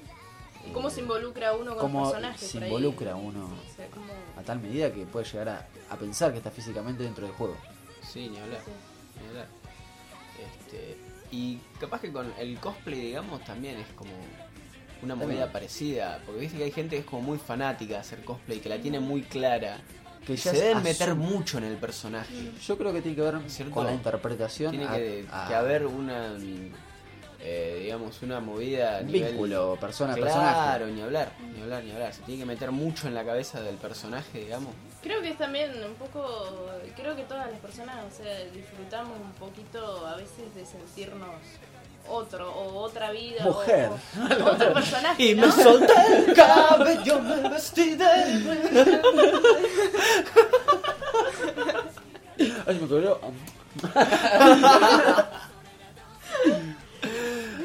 Speaker 6: Y ¿Cómo
Speaker 4: eh,
Speaker 6: se involucra uno con
Speaker 4: cómo
Speaker 6: los personajes?
Speaker 4: se
Speaker 6: por ahí.
Speaker 4: involucra uno
Speaker 6: O sea, como-
Speaker 4: a tal medida que puede llegar a, a pensar que está físicamente dentro del juego.
Speaker 3: Sí, ni hablar.
Speaker 6: Sí.
Speaker 3: ni hablar. Este, y capaz que con el cosplay, digamos, también es como una movida
Speaker 4: También.
Speaker 3: parecida. Porque viste que hay gente que es como muy fanática de hacer cosplay, que la tiene muy clara.
Speaker 4: Que
Speaker 3: Que
Speaker 4: ya
Speaker 3: se deben
Speaker 4: asu-
Speaker 3: meter mucho en el personaje.
Speaker 4: Yo creo que tiene que ver
Speaker 3: ¿Cierto?
Speaker 4: con la interpretación.
Speaker 3: Tiene
Speaker 4: a-
Speaker 3: que,
Speaker 4: a-
Speaker 3: que haber una, eh, digamos, una movida. a
Speaker 4: un
Speaker 3: nivel-
Speaker 4: vínculo persona a
Speaker 3: Claro,
Speaker 4: personaje.
Speaker 3: ni hablar, ni hablar, ni hablar. Se tiene que meter mucho en la cabeza del personaje, digamos.
Speaker 6: Creo que es también un poco, creo que todas las personas, o sea, disfrutamos un poquito a veces de sentirnos otro o otra vida o-
Speaker 4: Mujer.
Speaker 6: o, otro personaje, ¿no?
Speaker 3: solté el cabello, me vestí de...
Speaker 4: Ay, me um, cobró.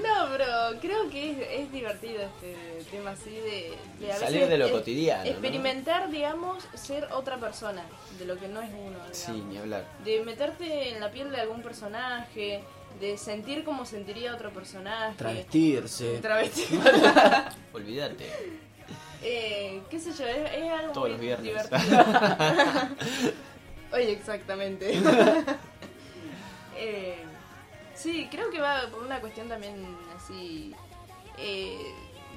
Speaker 6: No, pero creo que es, es divertido este tema así de, de a
Speaker 3: Salir
Speaker 6: veces
Speaker 3: de lo
Speaker 6: e-
Speaker 3: cotidiano, ¿no?
Speaker 6: experimentar, digamos, ser otra persona de lo que no es uno, digamos.
Speaker 3: Sí, ni hablar.
Speaker 6: de meterte en la piel de algún personaje, de sentir como sentiría otro personaje,
Speaker 4: Travestirse.
Speaker 6: travesti.
Speaker 3: Olvídate.
Speaker 6: Eh, qué sé yo, es, es algo
Speaker 3: Todos
Speaker 6: muy
Speaker 3: los viernes.
Speaker 6: divertido. Oye, exactamente. Eh, sí, creo que va por una cuestión también así. eh,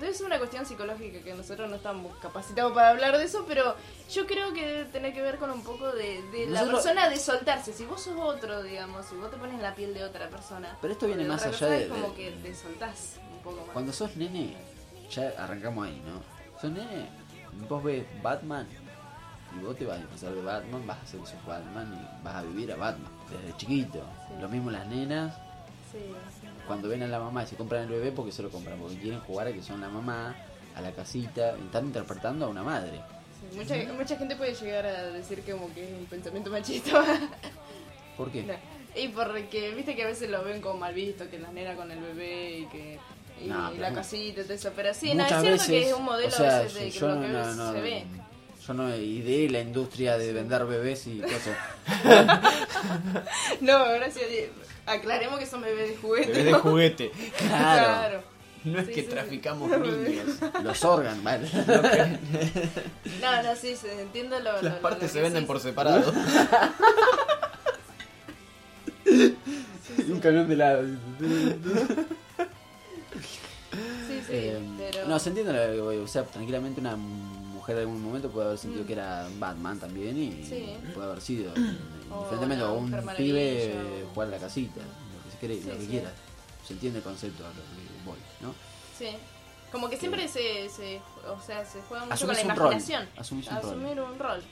Speaker 6: debe ser una cuestión psicológica que nosotros no estamos capacitados para hablar de eso, pero yo creo que debe tener que ver con un poco de, de la
Speaker 4: Nosotros-
Speaker 6: persona de soltarse. Si vos sos otro, digamos, si vos te pones en la piel de otra persona.
Speaker 4: Pero esto viene
Speaker 6: o de
Speaker 4: más
Speaker 6: otra
Speaker 4: allá
Speaker 6: persona,
Speaker 4: de-
Speaker 6: Es como que
Speaker 4: de-
Speaker 6: te soltás un poco más.
Speaker 4: Cuando sos nene, ya arrancamos ahí, ¿no? Sos nene, vos ves Batman y vos te vas a disfrazar de Batman, vas a ser sos Batman y vas a vivir a Batman desde chiquito.
Speaker 6: Sí.
Speaker 4: Lo mismo las nenas,
Speaker 6: Sí, sí.
Speaker 4: cuando ven a la mamá y se compran el bebé porque se lo compran, porque quieren jugar a que son la mamá, a la casita, y están interpretando a una madre.
Speaker 6: Sí, Mucha, mucha gente puede llegar a decir que como que es un pensamiento machista.
Speaker 4: ¿Por qué?
Speaker 6: No. Y porque, viste que a veces lo ven como mal visto, que las nenas con el bebé y que y
Speaker 4: No, pero
Speaker 6: la
Speaker 4: mu-
Speaker 6: casita y todo eso. Pero sí, no, es
Speaker 4: Muchas
Speaker 6: cierto
Speaker 4: veces,
Speaker 6: que es un modelo
Speaker 4: o sea,
Speaker 6: a veces de que
Speaker 4: yo
Speaker 6: lo
Speaker 4: no,
Speaker 6: que
Speaker 4: no,
Speaker 6: ves
Speaker 4: no,
Speaker 6: se ve.
Speaker 4: yo no ideé la industria de vender bebés y cosas.
Speaker 6: No, gracias a Dios. Aclaremos que son bebés de juguete.
Speaker 3: Bebés de
Speaker 6: ¿no?
Speaker 3: juguete.
Speaker 4: Claro.
Speaker 3: No es
Speaker 6: Sí,
Speaker 3: que
Speaker 6: sí.
Speaker 3: traficamos
Speaker 6: No,
Speaker 3: niños.
Speaker 4: Los órganos, vale.
Speaker 6: No, no, sí, se entiendo lo. lo-
Speaker 3: Las
Speaker 6: lo-
Speaker 3: partes
Speaker 6: lo
Speaker 3: se
Speaker 6: que
Speaker 3: venden
Speaker 6: sí,
Speaker 3: por separado.
Speaker 4: Un camión de la.
Speaker 6: Sí, sí,
Speaker 4: Eh,
Speaker 6: pero.
Speaker 4: No, se entiende lo que voy. O sea, tranquilamente una mujer en algún momento puede haber sentido que era Batman también y
Speaker 6: Mm. Sí.
Speaker 4: puede haber sido.
Speaker 6: O
Speaker 4: Diferentemente
Speaker 6: una
Speaker 4: a un
Speaker 6: Mujer Maravilla,
Speaker 4: pibe
Speaker 6: o-
Speaker 4: jugar a la casita, lo que se quiere,
Speaker 6: Sí,
Speaker 4: lo que
Speaker 6: sí.
Speaker 4: quiera. Se entiende el concepto a lo que voy, ¿no?
Speaker 6: Sí. Como que siempre se, se, o sea, se juega mucho
Speaker 4: Asumís
Speaker 6: con la
Speaker 4: un rol.
Speaker 6: imaginación.
Speaker 4: Asumís un rol.
Speaker 6: Asumir un rol.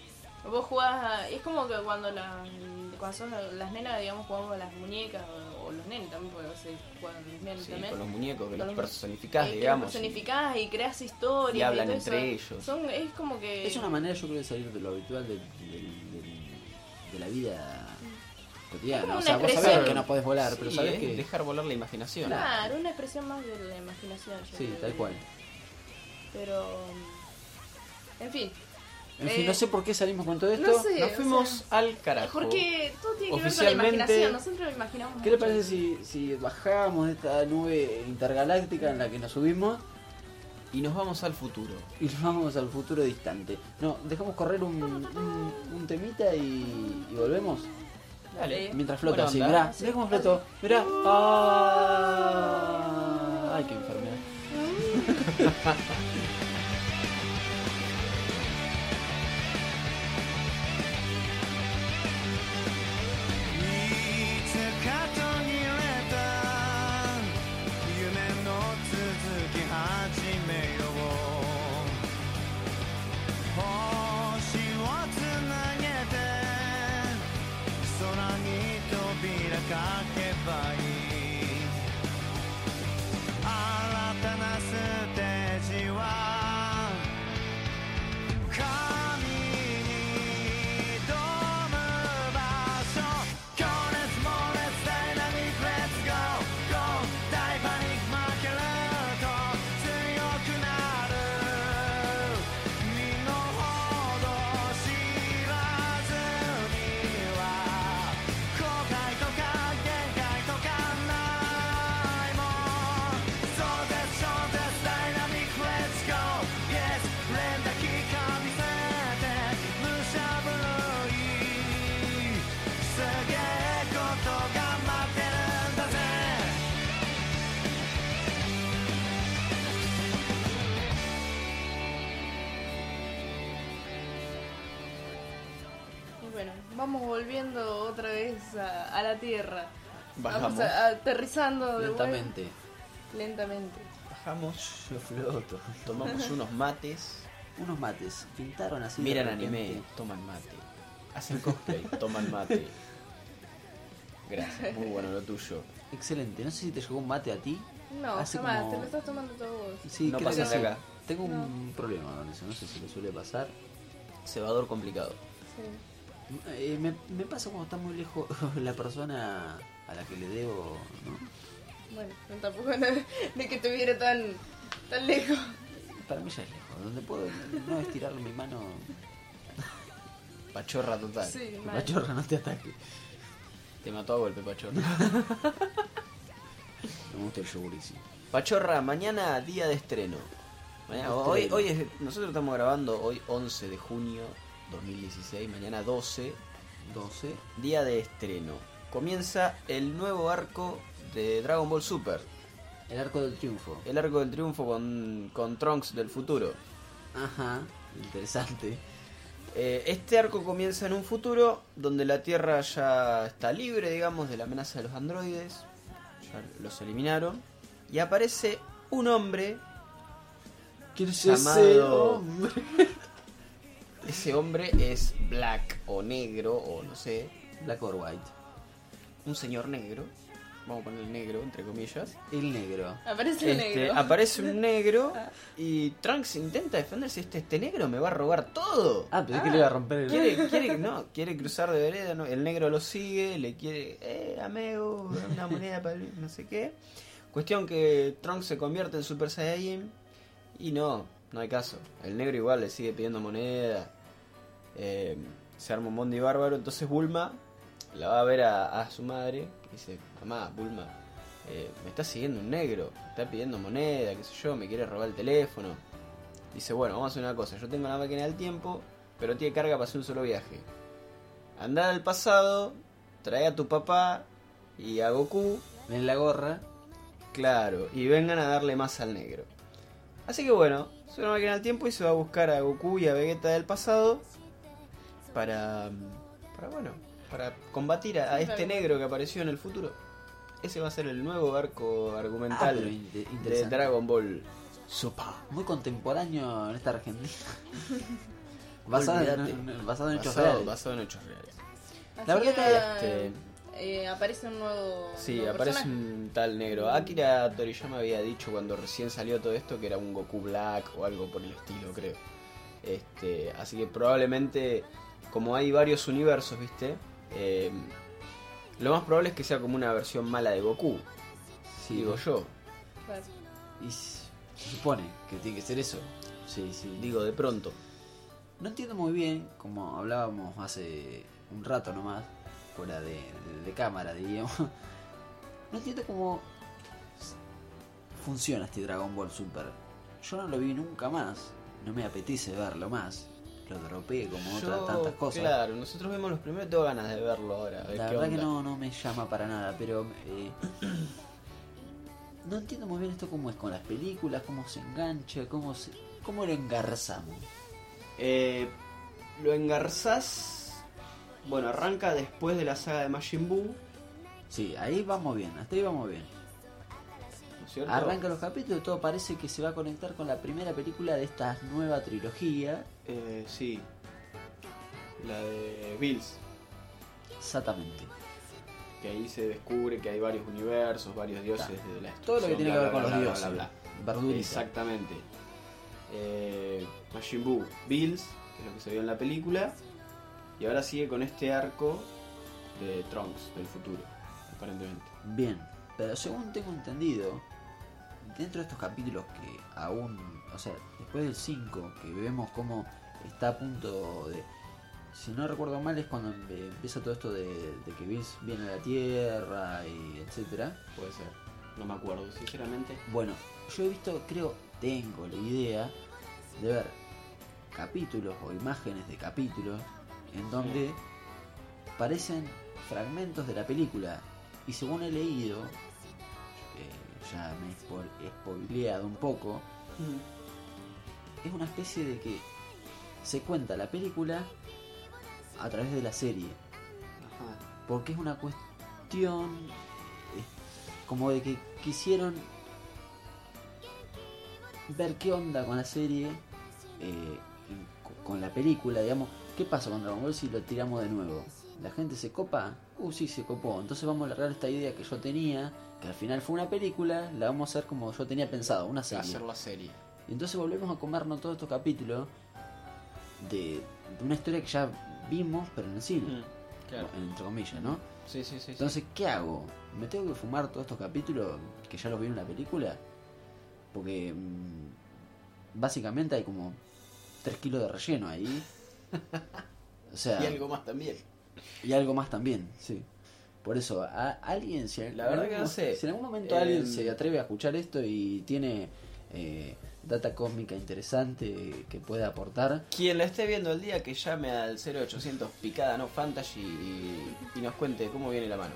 Speaker 6: Vos jugás a- Es como que cuando, la, cuando son las nenas, digamos, jugamos a las muñecas o, o los nenes también, porque se juegan los nenes
Speaker 3: Sí,
Speaker 6: también.
Speaker 3: con los muñecos que
Speaker 6: Con
Speaker 3: los
Speaker 6: los-
Speaker 3: personificás,
Speaker 6: Eh, que
Speaker 3: digamos.
Speaker 6: personificás y creas historias.
Speaker 3: y hablan
Speaker 6: todo
Speaker 3: entre
Speaker 6: eso.
Speaker 3: ellos.
Speaker 6: Son, es como que...
Speaker 4: Es una manera, yo creo, de salir de lo habitual de, del- del- de la vida cotidiana.
Speaker 6: Como
Speaker 4: O sea,
Speaker 6: una
Speaker 4: vos sabés
Speaker 6: expresión. eh.
Speaker 4: que no podés volar,
Speaker 3: Sí,
Speaker 4: pero sabés
Speaker 3: es
Speaker 4: que.
Speaker 3: dejar volar la imaginación.
Speaker 6: Claro, una expresión más de la imaginación. yo
Speaker 4: Sí,
Speaker 6: creo
Speaker 4: tal
Speaker 6: que-
Speaker 4: cual.
Speaker 6: Pero... En fin.
Speaker 4: En fin,
Speaker 6: Eh,
Speaker 4: no sé por qué salimos con todo esto.
Speaker 6: no sé.
Speaker 3: Nos
Speaker 6: o
Speaker 3: fuimos
Speaker 6: sea,
Speaker 3: al carajo.
Speaker 6: Porque todo tiene que ver con la
Speaker 3: Oficialmente-
Speaker 6: imaginación, nosotros lo imaginamos
Speaker 4: ¿Qué le
Speaker 6: mucho.
Speaker 4: parece si, si bajamos de esta nube intergaláctica en la que nos subimos
Speaker 3: Y nos vamos al futuro.
Speaker 4: y nos vamos al futuro distante? No, dejamos correr un, un, un temita y, y volvemos.
Speaker 3: Dale.
Speaker 4: Mientras flota,
Speaker 3: Buena
Speaker 4: así,
Speaker 3: onda.
Speaker 4: mirá, mirá cómo flotó, mirá. Ah, ay, qué enfermedad.
Speaker 8: 「いつか途切れた夢の続き始めよう」「星をつなげて空に扉かけばいい」「新たなステージは神に挑む場所 Countless, more less, dynamic, let's go, go 大パニック負けると強くなる身の程知らずには後悔とか限界とかないもん So that's, so that's dynamic, let's go Yes 連打機関見せて武者震いすげえことが待ってるんだぜ
Speaker 6: Y bueno, vamos volviendo otra vez a, a la tierra.
Speaker 3: Bajamos.
Speaker 6: Vamos a- aterrizando de vuelta.
Speaker 4: Lentamente.
Speaker 6: Lentamente.
Speaker 3: Bajamos, yo floto. Tomamos unos mates.
Speaker 4: Unos mates, pintaron así. de
Speaker 3: Miran
Speaker 4: repente.
Speaker 3: anime, toman mate. Hacen cosplay, toman mate. Gracias, muy bueno lo tuyo.
Speaker 4: Excelente, no sé si te llegó un mate a ti.
Speaker 6: No,
Speaker 4: Hace
Speaker 6: jamás,
Speaker 4: como-
Speaker 6: te lo estás tomando todo vos.
Speaker 4: Sí,
Speaker 3: No
Speaker 4: creo que
Speaker 3: pasaste
Speaker 4: sí.
Speaker 3: acá.
Speaker 4: Tengo un problema con eso, no sé si le suele pasar.
Speaker 3: Cebador complicado.
Speaker 6: Sí.
Speaker 4: Eh, me, me pasa cuando está muy lejos la persona a la que le debo, ¿no?
Speaker 6: Bueno, no, tampoco no- de que estuviera tan, tan lejos.
Speaker 4: Para mí ya es lejos, donde puedo no estirar mi mano,
Speaker 3: Pachorra total.
Speaker 6: Sí,
Speaker 4: que
Speaker 6: mal.
Speaker 4: pachorra no te ataque.
Speaker 3: Te mató a golpe, Pachorra.
Speaker 4: No me gusta el yogurísimo.
Speaker 3: Pachorra, mañana día de estreno. Mañana- hoy,
Speaker 4: Estreno.
Speaker 3: hoy es- nosotros estamos grabando hoy 11 de junio 2016, mañana 12,
Speaker 4: 12.
Speaker 3: día de estreno. Comienza el nuevo arco de Dragon Ball Super,
Speaker 4: El arco del triunfo.
Speaker 3: el arco del triunfo con, con Trunks del futuro.
Speaker 4: Ajá, interesante.
Speaker 3: Eh, este arco comienza en un futuro donde la Tierra ya está libre, digamos, de la amenaza de los androides. Ya los eliminaron. Y aparece un hombre
Speaker 4: ¿Quién es Oh,
Speaker 3: ese hombre? Ese hombre es black o negro o no sé,
Speaker 4: Black or White.
Speaker 3: un señor negro. Vamos a poner negro entre comillas.
Speaker 4: El negro.
Speaker 6: Aparece el
Speaker 3: Este,
Speaker 6: negro. Ah.
Speaker 3: Aparece un negro y Trunks intenta defenderse. Este, este negro me va a robar todo.
Speaker 4: Ah, pensé que le iba a romper el.
Speaker 3: Quiere, quiere, no, quiere cruzar de vereda, no, el negro lo sigue, le quiere, eh, amigo, una moneda para el- no sé qué. Cuestión que Trunks se convierte en Super Saiyajin y no, no hay caso. El negro igual le sigue pidiendo moneda, eh, se arma un bondi bárbaro, entonces Bulma la va a ver a, a su madre, Dice, mamá, Bulma, eh, me está siguiendo un negro, me está pidiendo moneda, qué sé yo, me quiere robar el teléfono. Dice, bueno, vamos a hacer una cosa, yo tengo la máquina del tiempo, pero tiene carga para hacer un solo viaje. Andar al pasado, trae a tu papá y a Goku,
Speaker 4: En la gorra.
Speaker 3: claro, y vengan a darle más al negro. Así que bueno, se una máquina del tiempo y se va a buscar a Goku y a Vegeta del pasado para, para bueno, para combatir a, a
Speaker 6: Sí,
Speaker 3: este
Speaker 6: claro.
Speaker 3: negro que apareció en el futuro. Ese va a ser el nuevo arco
Speaker 4: Ah,
Speaker 3: argumental
Speaker 4: pero inte-
Speaker 3: de
Speaker 4: interesante.
Speaker 3: Dragon Ball.
Speaker 4: Sopa. Muy contemporáneo en esta Argentina. basado,
Speaker 3: Olvídate.
Speaker 4: en, en- basado en hechos
Speaker 3: Basado,
Speaker 4: reales.
Speaker 3: basado en hechos reales.
Speaker 6: Así
Speaker 4: verdad
Speaker 3: que, este
Speaker 6: eh, eh, aparece un nuevo.
Speaker 3: Sí,
Speaker 6: nuevo
Speaker 3: aparece
Speaker 6: personaje.
Speaker 3: un tal negro. Akira Toriyama había dicho cuando recién salió todo esto que era un Goku Black o algo por el estilo, creo. Este, así que probablemente, como hay varios universos, ¿viste? Eh, lo más probable es que sea como una versión mala de Goku,
Speaker 4: Sí,
Speaker 3: digo yo.
Speaker 6: Claro.
Speaker 4: Y s- se supone que tiene que ser eso. Sí, sí.
Speaker 3: Digo de pronto.
Speaker 4: No entiendo muy bien, como hablábamos hace un rato nomás, fuera de, de cámara, diríamos. No entiendo cómo s- funciona este Dragon Ball Super. Yo no lo vi nunca más. No me apetece verlo más. Lo dropeé como otras
Speaker 3: Yo,
Speaker 4: tantas cosas.
Speaker 3: Claro, nosotros vemos los primeros y tengo ganas de verlo ahora. a ver
Speaker 4: La
Speaker 3: qué
Speaker 4: verdad
Speaker 3: onda.
Speaker 4: que no, no me llama para nada, pero... eh, no entiendo muy bien esto cómo es con las películas, cómo se engancha, cómo, se, cómo lo engarzamos.
Speaker 3: Eh, lo engarzás. Bueno, arranca después de la saga de Majin Buu, ¿no
Speaker 4: Sí, ahí vamos bien, hasta ahí vamos bien.
Speaker 3: es cierto?
Speaker 4: Arranca los capítulos, todo parece que se va a conectar con la primera película de esta nueva trilogía.
Speaker 3: Eh, sí. La de Bills.
Speaker 4: Exactamente.
Speaker 3: Que ahí se descubre que hay varios universos, varios dioses de la
Speaker 4: Todo lo
Speaker 3: destrucción,
Speaker 4: que tiene que
Speaker 3: bla, bla,
Speaker 4: ver con los
Speaker 3: bla, bla,
Speaker 4: dioses.
Speaker 3: bla, bla.
Speaker 4: Verdurita.
Speaker 3: Exactamente. Eh, Majin Buu, Bills, que es lo que se vio en la película. Y ahora sigue con este arco de Trunks del futuro, aparentemente.
Speaker 4: Bien, pero según tengo entendido, dentro de estos capítulos que aún, o sea, después del 5, que vemos cómo está a punto de... Si no recuerdo mal es cuando em- empieza todo esto de, de que Vince viene a la Tierra y etcétera.
Speaker 3: Puede ser. No me acuerdo, sinceramente.
Speaker 4: Bueno, yo he visto, creo, tengo la idea de ver capítulos o imágenes de capítulos en donde parecen fragmentos de la película. Y según he leído, eh, ya me he spo- he spoileado un poco, es una especie de que se cuenta la película a través de la serie.
Speaker 3: Ajá.
Speaker 4: Porque es una cuestión eh, como de que quisieron ver qué onda con la serie, eh, en- co- con la película, digamos. ¿Qué pasa con Dragon Ball si lo tiramos de nuevo? ¿La gente se copa? Uh, sí, se copó. Entonces vamos a largar esta idea que yo tenía, que al final fue una película, la vamos a hacer como yo tenía pensado, una serie.
Speaker 3: Hacer la serie.
Speaker 4: Y Entonces volvemos a comernos todos estos capítulos de, de una historia que ya vimos, pero en el cine,
Speaker 3: Mm, Claro.
Speaker 4: entre comillas, ¿no?
Speaker 3: Sí, sí, sí. sí.
Speaker 4: Entonces, ¿qué hago? ¿Me tengo que fumar todos estos capítulos que ya los vi en la película? Porque mm, básicamente hay como 3 kilos de relleno ahí. O sea,
Speaker 3: Y algo más también.
Speaker 4: y algo más también, sí. Por eso, a, alguien, si, en
Speaker 3: La verdad
Speaker 4: algún
Speaker 3: que no
Speaker 4: mo-
Speaker 3: sé.
Speaker 4: si en algún momento
Speaker 3: Eh,
Speaker 4: alguien se atreve a escuchar esto y tiene eh, data cósmica interesante que pueda aportar,
Speaker 3: Quien la esté viendo el día que llame al 0800 picada no fantasy y, y nos cuente cómo viene la mano.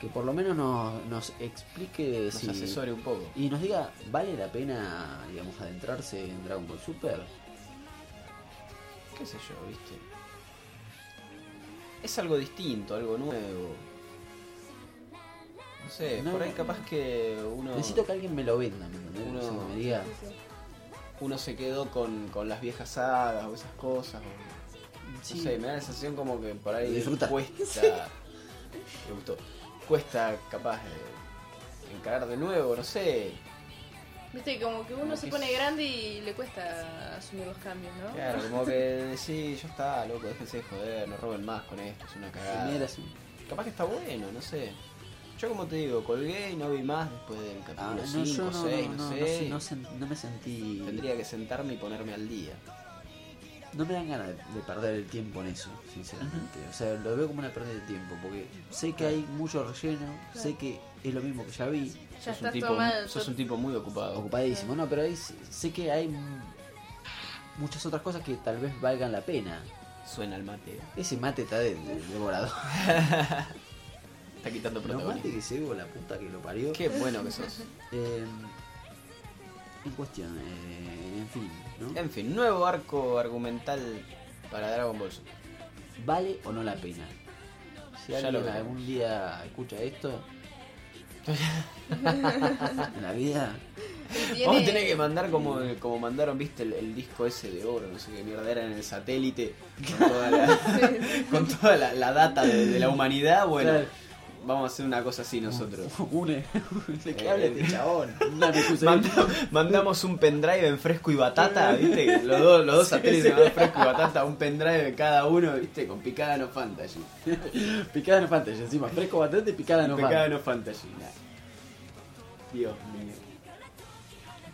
Speaker 4: que por lo menos nos, nos explique
Speaker 3: Nos
Speaker 4: si...
Speaker 3: asesore un poco.
Speaker 4: Y nos diga, ¿vale la pena, digamos, adentrarse en Dragon Ball Super?
Speaker 3: Qué sé yo, viste. Es algo distinto, algo nuevo. No sé,
Speaker 4: No,
Speaker 3: por ahí
Speaker 4: no.
Speaker 3: capaz que uno,
Speaker 4: Necesito que alguien me lo venda, ¿me entendés?
Speaker 3: Uno-
Speaker 4: O sea, que me diga,
Speaker 6: Sí, sí.
Speaker 3: uno se quedó con, con las viejas sagas o esas cosas. o-
Speaker 4: sí,
Speaker 3: No sé, me da la sensación como que por ahí
Speaker 4: Disfruta.
Speaker 3: cuesta. Me gustó. Cuesta capaz eh, encarar de nuevo, no sé.
Speaker 6: Viste, como que uno
Speaker 3: Como
Speaker 6: se
Speaker 3: que
Speaker 6: pone
Speaker 3: es-
Speaker 6: grande y le cuesta asumir los cambios, ¿no?
Speaker 3: Claro, como que decís, ya está, loco, déjense de joder, no roben más con esto, es una cagada.
Speaker 4: genera así.
Speaker 3: Capaz que está bueno, no sé. Yo como te digo, colgué y no vi más después del
Speaker 4: Ah,
Speaker 3: capítulo
Speaker 4: no, yo
Speaker 3: 5,
Speaker 4: no,
Speaker 3: 6,
Speaker 4: no,
Speaker 3: no,
Speaker 4: no, no,
Speaker 3: sé.
Speaker 4: no sen- no me sentí...
Speaker 3: Tendría que sentarme y ponerme al día.
Speaker 4: no me dan ganas de, de perder el tiempo en eso, sinceramente. O sea, lo veo como una pérdida de tiempo, porque sé que hay mucho relleno, sé que es lo mismo que ya vi,
Speaker 6: Ya
Speaker 3: sos, un
Speaker 6: estás
Speaker 3: tipo,
Speaker 6: tomado.
Speaker 3: sos un tipo muy ocupado.
Speaker 4: ocupadísimo, no, pero ahí s- sé que hay m- muchas otras cosas que tal vez valgan la pena.
Speaker 3: Suena el mate.
Speaker 4: Ese mate está de, de- devorado.
Speaker 3: Está quitando
Speaker 4: Lo mate
Speaker 3: protagonismo.
Speaker 4: que se vio la puta que lo parió.
Speaker 3: Qué bueno que sos.
Speaker 4: Eh, en cuestión, eh, en fin, ¿no?
Speaker 3: En fin, nuevo arco argumental para Dragon Ball Super.
Speaker 4: ¿Vale o no la pena? Si
Speaker 3: Ya lo
Speaker 4: alguien
Speaker 3: veremos.
Speaker 4: algún día escucha esto en la vida,
Speaker 6: Tiene-
Speaker 3: Vamos a tener que mandar como, eh, como mandaron, viste, el, el disco ese de oro, no sé qué mierda era en el satélite, con toda la, con toda la, la data de, de la humanidad. Bueno,
Speaker 4: Claro.
Speaker 3: vamos a hacer una cosa así nosotros.
Speaker 4: une.
Speaker 3: ¿De qué habla este
Speaker 4: chabón? Una excusa.
Speaker 3: Manda- mandamos un pendrive en fresco y batata, viste, los dos, los dos satélites mandaron fresco y batata, un pendrive cada uno, viste, con picada no fantasy.
Speaker 4: Picada no fantasy, encima. Fresco bastante, picada no
Speaker 3: picada
Speaker 4: fantasy.
Speaker 3: no fantasy. nah. Dios mío.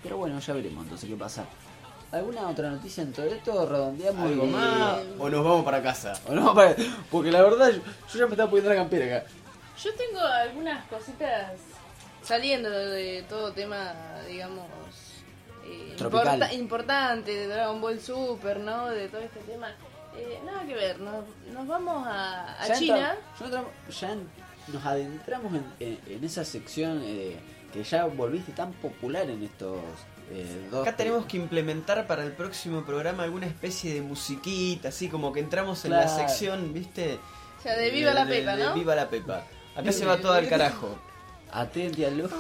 Speaker 4: Pero bueno, ya veremos entonces qué pasa. ¿Alguna otra noticia en todo esto? Redondeamos
Speaker 3: ¿Algo
Speaker 4: y-
Speaker 3: más? ¿O nos vamos para casa?
Speaker 4: O no, para- porque la verdad, yo, yo ya me estaba poniendo la campera acá.
Speaker 6: Yo tengo algunas cositas saliendo de todo tema, digamos, eh,
Speaker 4: Tropical.
Speaker 6: importa- importante de Dragon Ball Super, ¿no? De todo este tema. Eh, nada que ver, nos, nos vamos a, a
Speaker 4: Ya
Speaker 6: China.
Speaker 4: entra- ya entramos- ya en- nos adentramos en, en- en esa sección eh, que ya volviste tan popular en estos eh, dos.
Speaker 3: Acá tenemos que implementar para el próximo programa alguna especie de musiquita, así como que entramos en la
Speaker 4: Claro.
Speaker 3: sección, ¿viste?
Speaker 6: O sea, de Viva la
Speaker 3: de-
Speaker 6: Pepa,
Speaker 3: de
Speaker 6: ¿no?
Speaker 3: Viva la Pepa. Acá se va todo al carajo.
Speaker 4: Atente al ojo.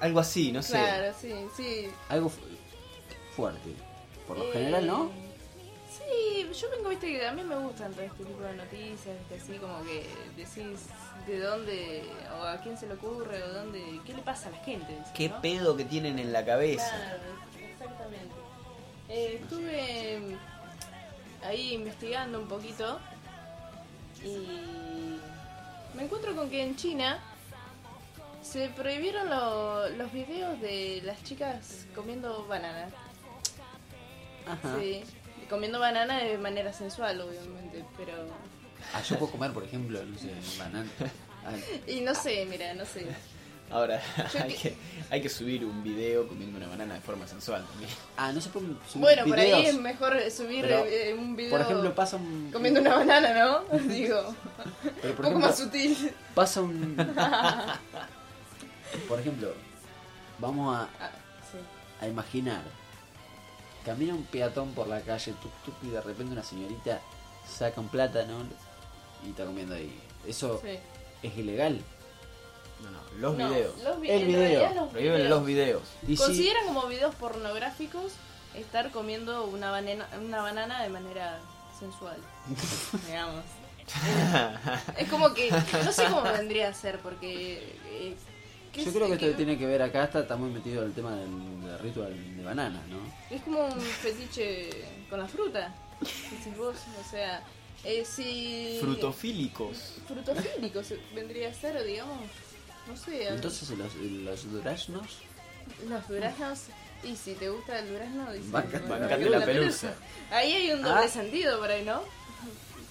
Speaker 3: Algo así, no sé.
Speaker 6: Claro, sí, sí.
Speaker 4: Algo fu- fuerte. Por lo
Speaker 6: Eh,
Speaker 4: general, ¿no?
Speaker 6: Sí, yo vengo, viste, que a mí me gustan todo este tipo de noticias, viste, así como que decís de dónde, o a quién se le ocurre, o dónde, qué le pasa a la gente. decís,
Speaker 3: Qué
Speaker 6: ¿no?
Speaker 3: pedo que tienen en la cabeza.
Speaker 6: Claro, exactamente. Eh, estuve mm, ahí investigando un poquito y me encuentro con que en China se prohibieron lo- los videos de las chicas comiendo banana.
Speaker 4: Ajá.
Speaker 6: Sí, comiendo banana de manera sensual, obviamente, pero...
Speaker 4: Ah, yo puedo comer, por ejemplo, no sé, banana. Ah,
Speaker 6: Y no sé, mira, no sé.
Speaker 3: Ahora,
Speaker 6: Yo
Speaker 3: hay
Speaker 6: que-
Speaker 3: que, hay que subir un video comiendo una banana de forma sensual también.
Speaker 4: Ah, no se pueden subir
Speaker 6: Bueno, por ahí
Speaker 4: videos.
Speaker 6: es mejor subir
Speaker 4: Pero,
Speaker 6: eh, un video
Speaker 4: Por ejemplo, pasa un.
Speaker 6: comiendo una banana, ¿no? Digo,
Speaker 4: pero
Speaker 6: un
Speaker 4: por
Speaker 6: poco
Speaker 4: ejemplo,
Speaker 6: más sutil.
Speaker 4: Pasa un. por ejemplo, vamos a,
Speaker 6: Ah, sí.
Speaker 4: a imaginar. Camina un peatón por la calle, tuk, tuk, y de repente una señorita saca un plátano y está comiendo ahí. ¿Eso
Speaker 6: Sí.
Speaker 4: es ilegal?
Speaker 3: No, no, los
Speaker 6: No,
Speaker 3: videos.
Speaker 6: Los vi-
Speaker 4: El
Speaker 6: en
Speaker 4: video.
Speaker 6: realidad los
Speaker 3: Prohíben
Speaker 6: videos.
Speaker 3: los videos.
Speaker 4: Y si,
Speaker 6: Consideran como videos pornográficos estar comiendo una banana, una banana de manera sensual. digamos. es como que. No sé cómo vendría a ser, porque. eh, qué
Speaker 4: yo
Speaker 6: sé,
Speaker 4: creo que
Speaker 6: qué-
Speaker 4: esto tiene que ver acá, está, está muy metido el tema del, del ritual de bananas, ¿no?
Speaker 6: Es como un fetiche con la fruta. Decís vos, o sea. eh, si.
Speaker 3: Frutofílicos.
Speaker 6: Frutofílico se- vendría a ser, o digamos. No sé. algo-
Speaker 4: Entonces los, los duraznos
Speaker 6: Los duraznos. Y si te gusta el durazno, dices.
Speaker 4: Banca-
Speaker 6: bueno,
Speaker 3: Bancate la pelusa.
Speaker 6: Ahí hay un doble
Speaker 4: Ah.
Speaker 6: sentido por ahí, ¿no?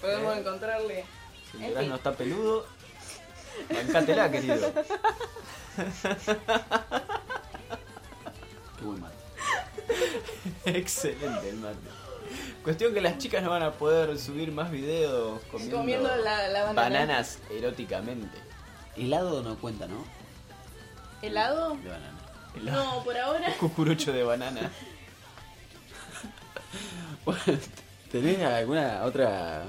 Speaker 6: Podemos encontrarle.
Speaker 3: Si
Speaker 6: En
Speaker 3: el durazno
Speaker 6: fin.
Speaker 3: está peludo, bancátela, querido.
Speaker 4: Qué buen mate.
Speaker 3: Excelente el mate. Cuestión que las chicas no van a poder subir más videos comiendo,
Speaker 6: Comiendo la- la banana.
Speaker 3: bananas eróticamente.
Speaker 4: Helado no cuenta, ¿no?
Speaker 6: ¿Helado?
Speaker 4: De banana.
Speaker 3: El
Speaker 6: No, por ahora.
Speaker 3: cucurucho de banana.
Speaker 4: Bueno, ¿Tenés alguna otra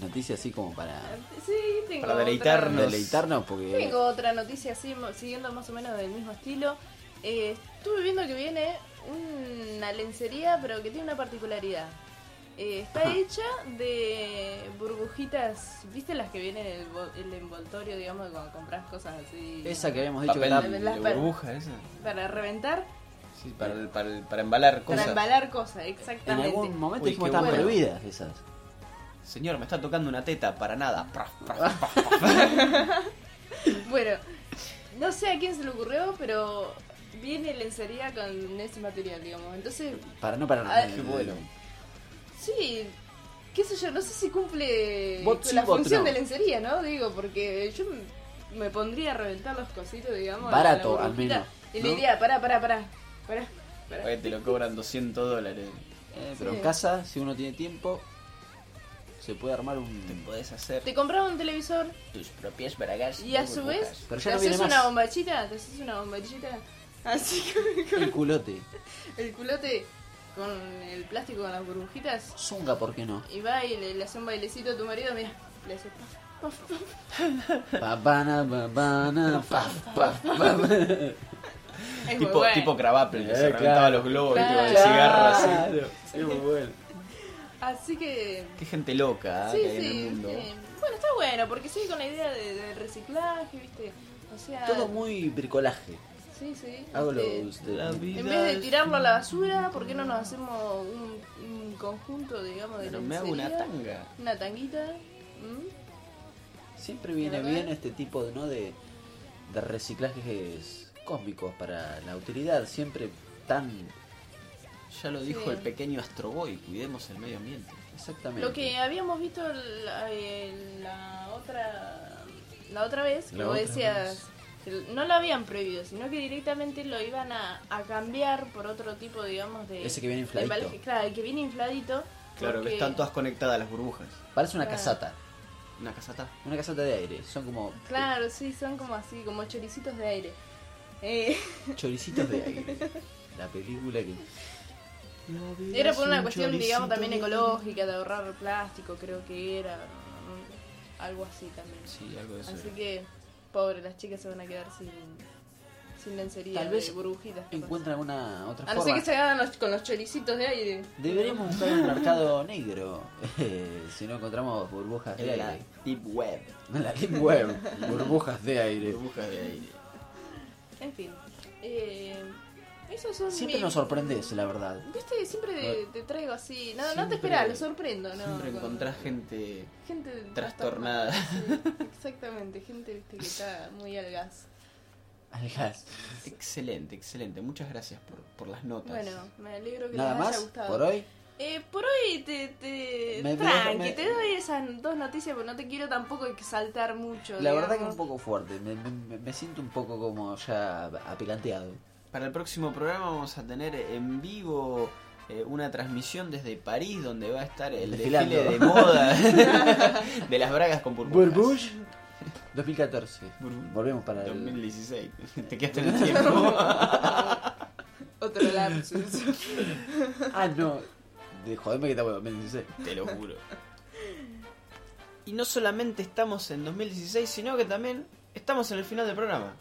Speaker 4: noticia así como para
Speaker 6: Sí, tengo.
Speaker 3: Para
Speaker 6: otra-
Speaker 3: deleitarnos.
Speaker 4: deleitarnos? Porque
Speaker 6: Tengo otra noticia así, mo- siguiendo más o menos del mismo estilo. Eh, estuve viendo que viene una lencería, pero que tiene una particularidad. Eh, está
Speaker 4: Ajá.
Speaker 6: hecha de burbujitas, ¿viste las que vienen en el, bo- el envoltorio, digamos, de cuando compras cosas así?
Speaker 4: esa que habíamos dicho que
Speaker 3: Papel
Speaker 4: era
Speaker 6: la-
Speaker 3: de burbuja, esa.
Speaker 6: Para reventar,
Speaker 3: Sí, para, el- para, el- para embalar cosas.
Speaker 6: para embalar cosas,
Speaker 4: En
Speaker 6: exactamente.
Speaker 4: algún momento
Speaker 3: Uy,
Speaker 4: dijimos
Speaker 3: qué
Speaker 4: están
Speaker 3: bueno.
Speaker 4: prohibidas esas.
Speaker 3: Señor, me está tocando una teta, para nada. Pra, pra.
Speaker 6: Bueno, no sé a quién se le ocurrió, pero viene lencería con ese material, digamos. Entonces,
Speaker 4: Para no para
Speaker 6: Ah,
Speaker 4: nada.
Speaker 6: qué
Speaker 4: bueno.
Speaker 6: sí, qué sé yo, no sé si cumple
Speaker 4: Bot
Speaker 6: con
Speaker 4: sí,
Speaker 6: la
Speaker 4: bot
Speaker 6: función
Speaker 4: no.
Speaker 6: de lencería, ¿no? Digo, porque yo me- me pondría a reventar los cositos, digamos.
Speaker 4: Barato,
Speaker 6: la
Speaker 4: al
Speaker 6: burbujita,
Speaker 4: menos,
Speaker 6: Y le
Speaker 4: ¿no?
Speaker 6: diría, pará, pará, pará, pará, pará.
Speaker 3: Oye, eh, te lo cobran 200 dólares.
Speaker 4: pero en
Speaker 6: Eh, Sí.
Speaker 4: casa, si uno tiene tiempo, se puede armar un.
Speaker 3: Podés hacer
Speaker 6: Te compraba un televisor
Speaker 3: tus propias bragas.
Speaker 6: y a
Speaker 3: de
Speaker 6: su
Speaker 3: burbujas.
Speaker 6: vez
Speaker 4: Pero ya
Speaker 6: te
Speaker 4: no
Speaker 6: haces
Speaker 4: viene
Speaker 6: una
Speaker 4: más.
Speaker 6: bombachita, te haces una bombachita así con,
Speaker 4: El culote.
Speaker 6: el culote con el plástico con las burbujitas
Speaker 4: Zunga, ¿por qué no?
Speaker 6: y va y le, le hace un bailecito a tu marido, mira, le hace paf, paf, paf.
Speaker 4: Babana, babana, pa, pa, pa.
Speaker 6: Es muy
Speaker 3: Tipo,
Speaker 6: bueno.
Speaker 3: tipo Crabapple, que
Speaker 4: Eh,
Speaker 3: se reventaba
Speaker 4: claro.
Speaker 3: los globos, ¿viste? con el
Speaker 6: Claro.
Speaker 3: cigarro así.
Speaker 4: Es muy bueno.
Speaker 6: Así que
Speaker 3: Qué gente loca ah,
Speaker 6: sí,
Speaker 3: que hay en el
Speaker 6: sí,
Speaker 3: mundo.
Speaker 6: sí. Bueno, está bueno, porque sigue con la idea de, de reciclaje, ¿viste? O sea,
Speaker 4: Todo muy bricolaje.
Speaker 6: sí, sí.
Speaker 4: Hago lo
Speaker 6: este,
Speaker 4: usted.
Speaker 6: En vez de tirarlo a la basura, ¿por qué no nos hacemos un, un conjunto, digamos, de
Speaker 3: Pero me hago una
Speaker 6: lencería?
Speaker 3: tanga.
Speaker 6: Una tanguita. ¿Mm?
Speaker 4: Siempre viene
Speaker 6: ¿Verdad?
Speaker 4: bien este tipo de, ¿no? de, de reciclajes cósmicos para la utilidad, siempre tan
Speaker 3: Ya lo dijo
Speaker 6: Sí.
Speaker 3: el pequeño Astroboy, cuidemos el medio ambiente.
Speaker 4: exactamente.
Speaker 6: Lo que habíamos visto la, eh, la otra la otra vez,
Speaker 4: La
Speaker 6: como
Speaker 4: otra
Speaker 6: decías, que no lo habían prohibido, sino que directamente lo iban a, a cambiar por otro tipo, digamos, de...
Speaker 4: Ese que viene
Speaker 6: de
Speaker 4: infladito.
Speaker 6: embalaje. Claro, el que viene infladito.
Speaker 3: Claro,
Speaker 6: porque-
Speaker 3: que están todas conectadas las burbujas.
Speaker 4: Parece una
Speaker 6: Claro.
Speaker 4: casata,
Speaker 3: Una casata.
Speaker 4: una casata de aire, son como
Speaker 6: Claro, sí, son como así, como choricitos de aire. Eh,
Speaker 4: choricitos de aire. La película que
Speaker 6: Era por una cuestión, digamos, también ecológica, de ahorrar plástico, creo que era. mm, Algo así también.
Speaker 3: Sí, algo de eso.
Speaker 6: Así que, pobre, las chicas se van a quedar sin, sin lencería,
Speaker 4: Tal
Speaker 6: de
Speaker 4: vez
Speaker 6: burbujitas. capaz.
Speaker 4: encuentra alguna otra
Speaker 6: A Ah, no ser
Speaker 4: forma.
Speaker 6: que se hagan los- con los choricitos de aire.
Speaker 4: Deberíamos buscar un mercado negro si no encontramos burbujas de
Speaker 3: En la
Speaker 4: aire.
Speaker 3: Deep Web.
Speaker 4: En la deep web, burbujas de aire.
Speaker 3: Burbujas de aire.
Speaker 6: En fin. Eh, esos son
Speaker 4: Siempre
Speaker 6: mis-
Speaker 4: nos sorprendes, la verdad.
Speaker 6: Viste, siempre te, te traigo así. No, no te
Speaker 3: Siempre-
Speaker 6: esperaba, lo sorprendo. No,
Speaker 3: Siempre
Speaker 6: Con-
Speaker 3: encontrás gente.
Speaker 6: Gente
Speaker 3: Trastornada.
Speaker 6: trastornada, sí, exactamente, gente viste, que está muy al gas.
Speaker 4: Al gas.
Speaker 3: Excelente, excelente. Muchas gracias por, por las notas.
Speaker 6: Bueno, me alegro que
Speaker 4: Nada
Speaker 6: les haya
Speaker 4: más
Speaker 6: gustado.
Speaker 4: por hoy.
Speaker 6: Eh, por hoy te. te
Speaker 4: Me- me-
Speaker 6: tranqui,
Speaker 4: me-
Speaker 6: te doy esas dos noticias porque no te quiero tampoco exaltar mucho.
Speaker 4: La
Speaker 6: digamos.
Speaker 4: verdad que es un poco fuerte, me, me- me siento un poco como ya apilanteado.
Speaker 3: Para el próximo programa vamos a tener en vivo eh, una transmisión desde París donde va a estar el
Speaker 4: Desfilando.
Speaker 3: desfile de moda de las bragas con burbujas.
Speaker 4: 2014.
Speaker 3: Burbujas.
Speaker 4: Volvemos para el...
Speaker 3: 2016. Te quedaste en el tiempo.
Speaker 6: Otro lapsus.
Speaker 4: Ah, no. De, jodeme que está bueno, 2016.
Speaker 3: Te lo juro. Y no solamente estamos en 2016, sino que también estamos en el final del programa.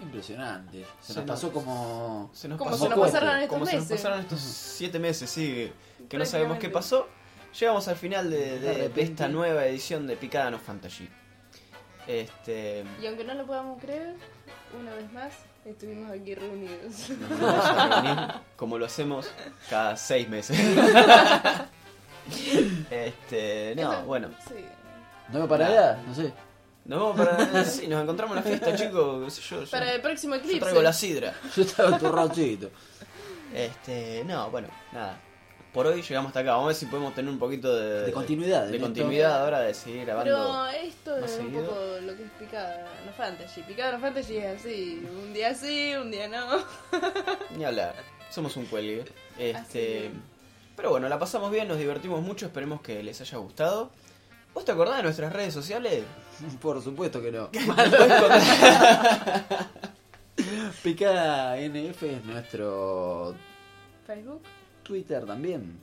Speaker 4: Impresionante. Se
Speaker 3: Se
Speaker 4: nos
Speaker 3: nos-
Speaker 4: pasó como...
Speaker 3: Se nos
Speaker 6: Como
Speaker 3: pasó
Speaker 4: se nos
Speaker 3: cohete.
Speaker 6: pasaron estos
Speaker 3: Como se nos
Speaker 6: meses.
Speaker 3: pasaron estos siete meses, sí. Que no
Speaker 6: Prácticamente.
Speaker 3: sabemos qué pasó. Llegamos al final de, de-
Speaker 4: De repente.
Speaker 3: de esta nueva edición de Picada No Fantasy. Este.
Speaker 6: Y aunque no lo podamos creer, una vez más estuvimos aquí reunidos.
Speaker 3: nos volvemos a reunir, como lo hacemos cada seis meses. este. No,
Speaker 6: Eso-
Speaker 3: bueno.
Speaker 6: Sí.
Speaker 4: ¿No para allá? No sé.
Speaker 3: Nos vamos para. Sí, nos encontramos en la fiesta, chicos. qué sé Yo, yo-
Speaker 6: Para el próximo
Speaker 3: yo
Speaker 6: eclipse.
Speaker 3: traigo la sidra.
Speaker 4: Yo estaba turroncito.
Speaker 3: Este, no, bueno, nada. Por hoy llegamos hasta acá. Vamos a ver si podemos tener un poquito de,
Speaker 4: De continuidad,
Speaker 3: De
Speaker 4: ¿no?
Speaker 3: continuidad ahora de seguir grabando.
Speaker 6: Pero esto
Speaker 3: más
Speaker 6: es un
Speaker 3: seguido.
Speaker 6: poco lo que es picada no fantasy. Picada no fantasy es así, un día sí, un día no.
Speaker 3: Ni hablar. Somos un cuelgue. Este,
Speaker 6: Así.
Speaker 3: pero bueno, la pasamos bien, nos divertimos mucho. Esperemos que les haya gustado. ¿Vos te acordás de nuestras redes sociales?
Speaker 4: Por supuesto que no.
Speaker 3: Nos podés encontrar-
Speaker 4: Picada NF es nuestro
Speaker 6: Facebook.
Speaker 4: Twitter también.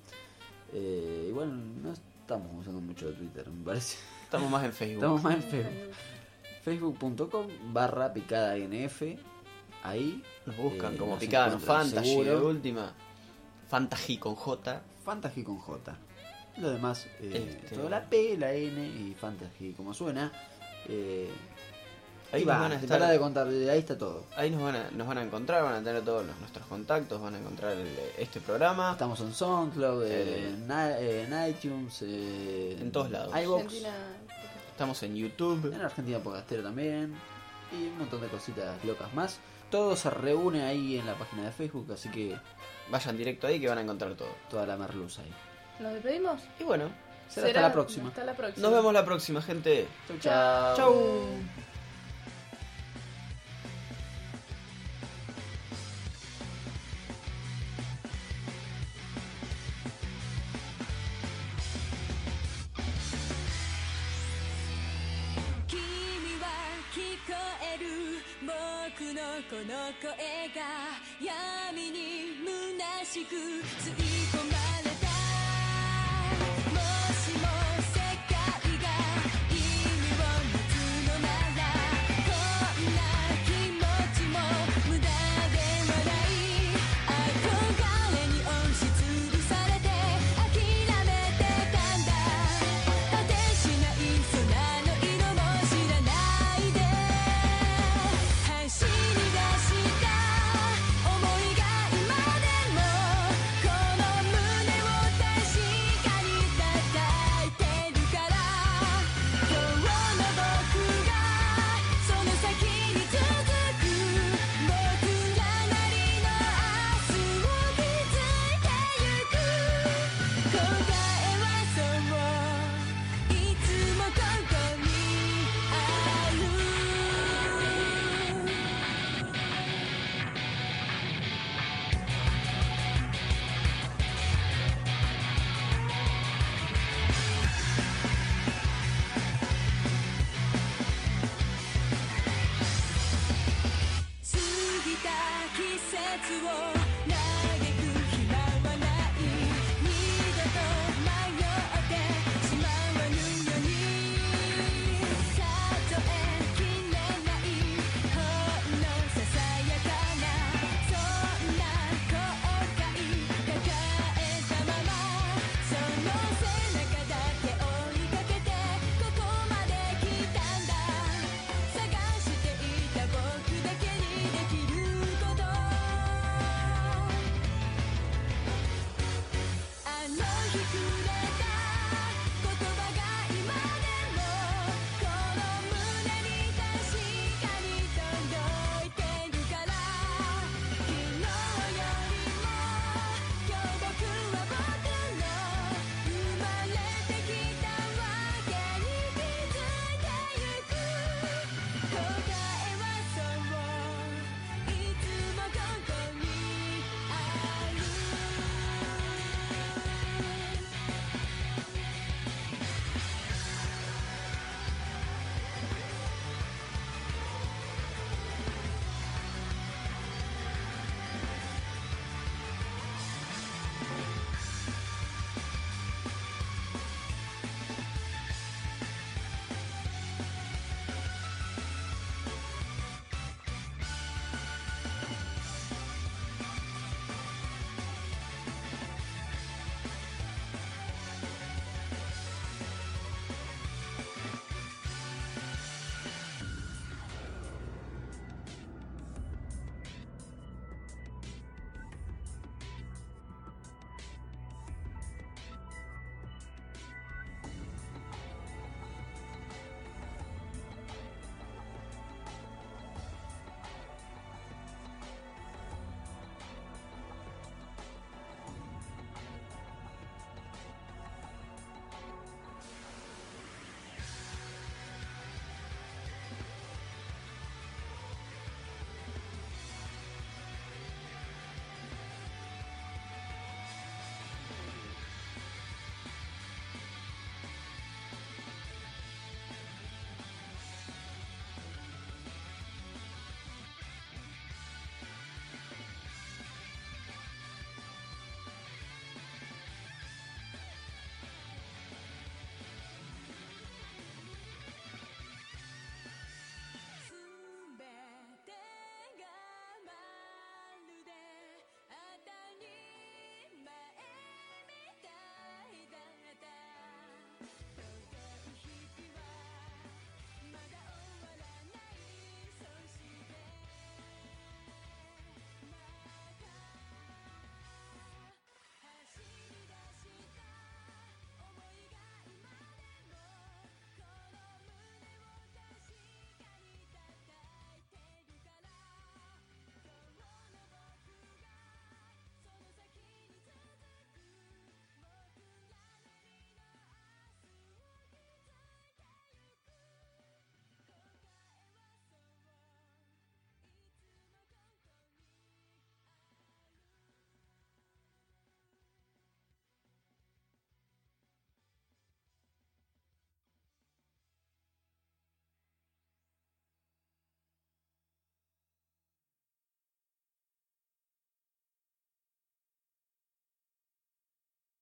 Speaker 4: Eh, igual no estamos usando mucho Twitter, me parece.
Speaker 3: Estamos más en Facebook.
Speaker 4: Estamos más en Facebook. facebook.com barra picada NF. Ahí
Speaker 3: Nos buscan
Speaker 4: eh,
Speaker 3: como
Speaker 4: nos
Speaker 3: Picano
Speaker 4: encuentran
Speaker 3: Fantasy,
Speaker 4: seguro.
Speaker 3: de última. Fantasy con J.
Speaker 4: Fantasy con J. Lo demás, eh,
Speaker 3: Este.
Speaker 4: toda la P, la N y Fantasy como suena. Eh,
Speaker 3: Ahí
Speaker 4: ahí
Speaker 3: nos
Speaker 4: va,
Speaker 3: van a
Speaker 4: te
Speaker 3: estar-
Speaker 4: pará de contar, ahí está todo.
Speaker 3: Ahí nos van, a, nos van a encontrar, van a tener todos los- nuestros contactos, van a encontrar el- este programa.
Speaker 4: Estamos en SoundCloud, eh,
Speaker 3: Eh.
Speaker 4: en, i- eh, en iTunes, eh,
Speaker 3: En todos lados.
Speaker 4: iVoox,
Speaker 6: Argentina.
Speaker 3: Estamos en YouTube.
Speaker 4: en Argentina Podcastero también. Y un montón de cositas locas más. todo se reúne ahí en la página de Facebook, así que
Speaker 3: Vayan directo ahí que van a encontrar todo.
Speaker 4: toda la merluza ahí.
Speaker 6: ¿Nos despedimos?
Speaker 3: Y bueno,
Speaker 4: Será hasta la próxima.
Speaker 6: Hasta la próxima.
Speaker 3: nos vemos la próxima, gente.
Speaker 4: Chau,
Speaker 6: Chao.
Speaker 4: chau.
Speaker 3: Chau.
Speaker 7: 君は聞こえる僕のこの声が闇に虚しくついて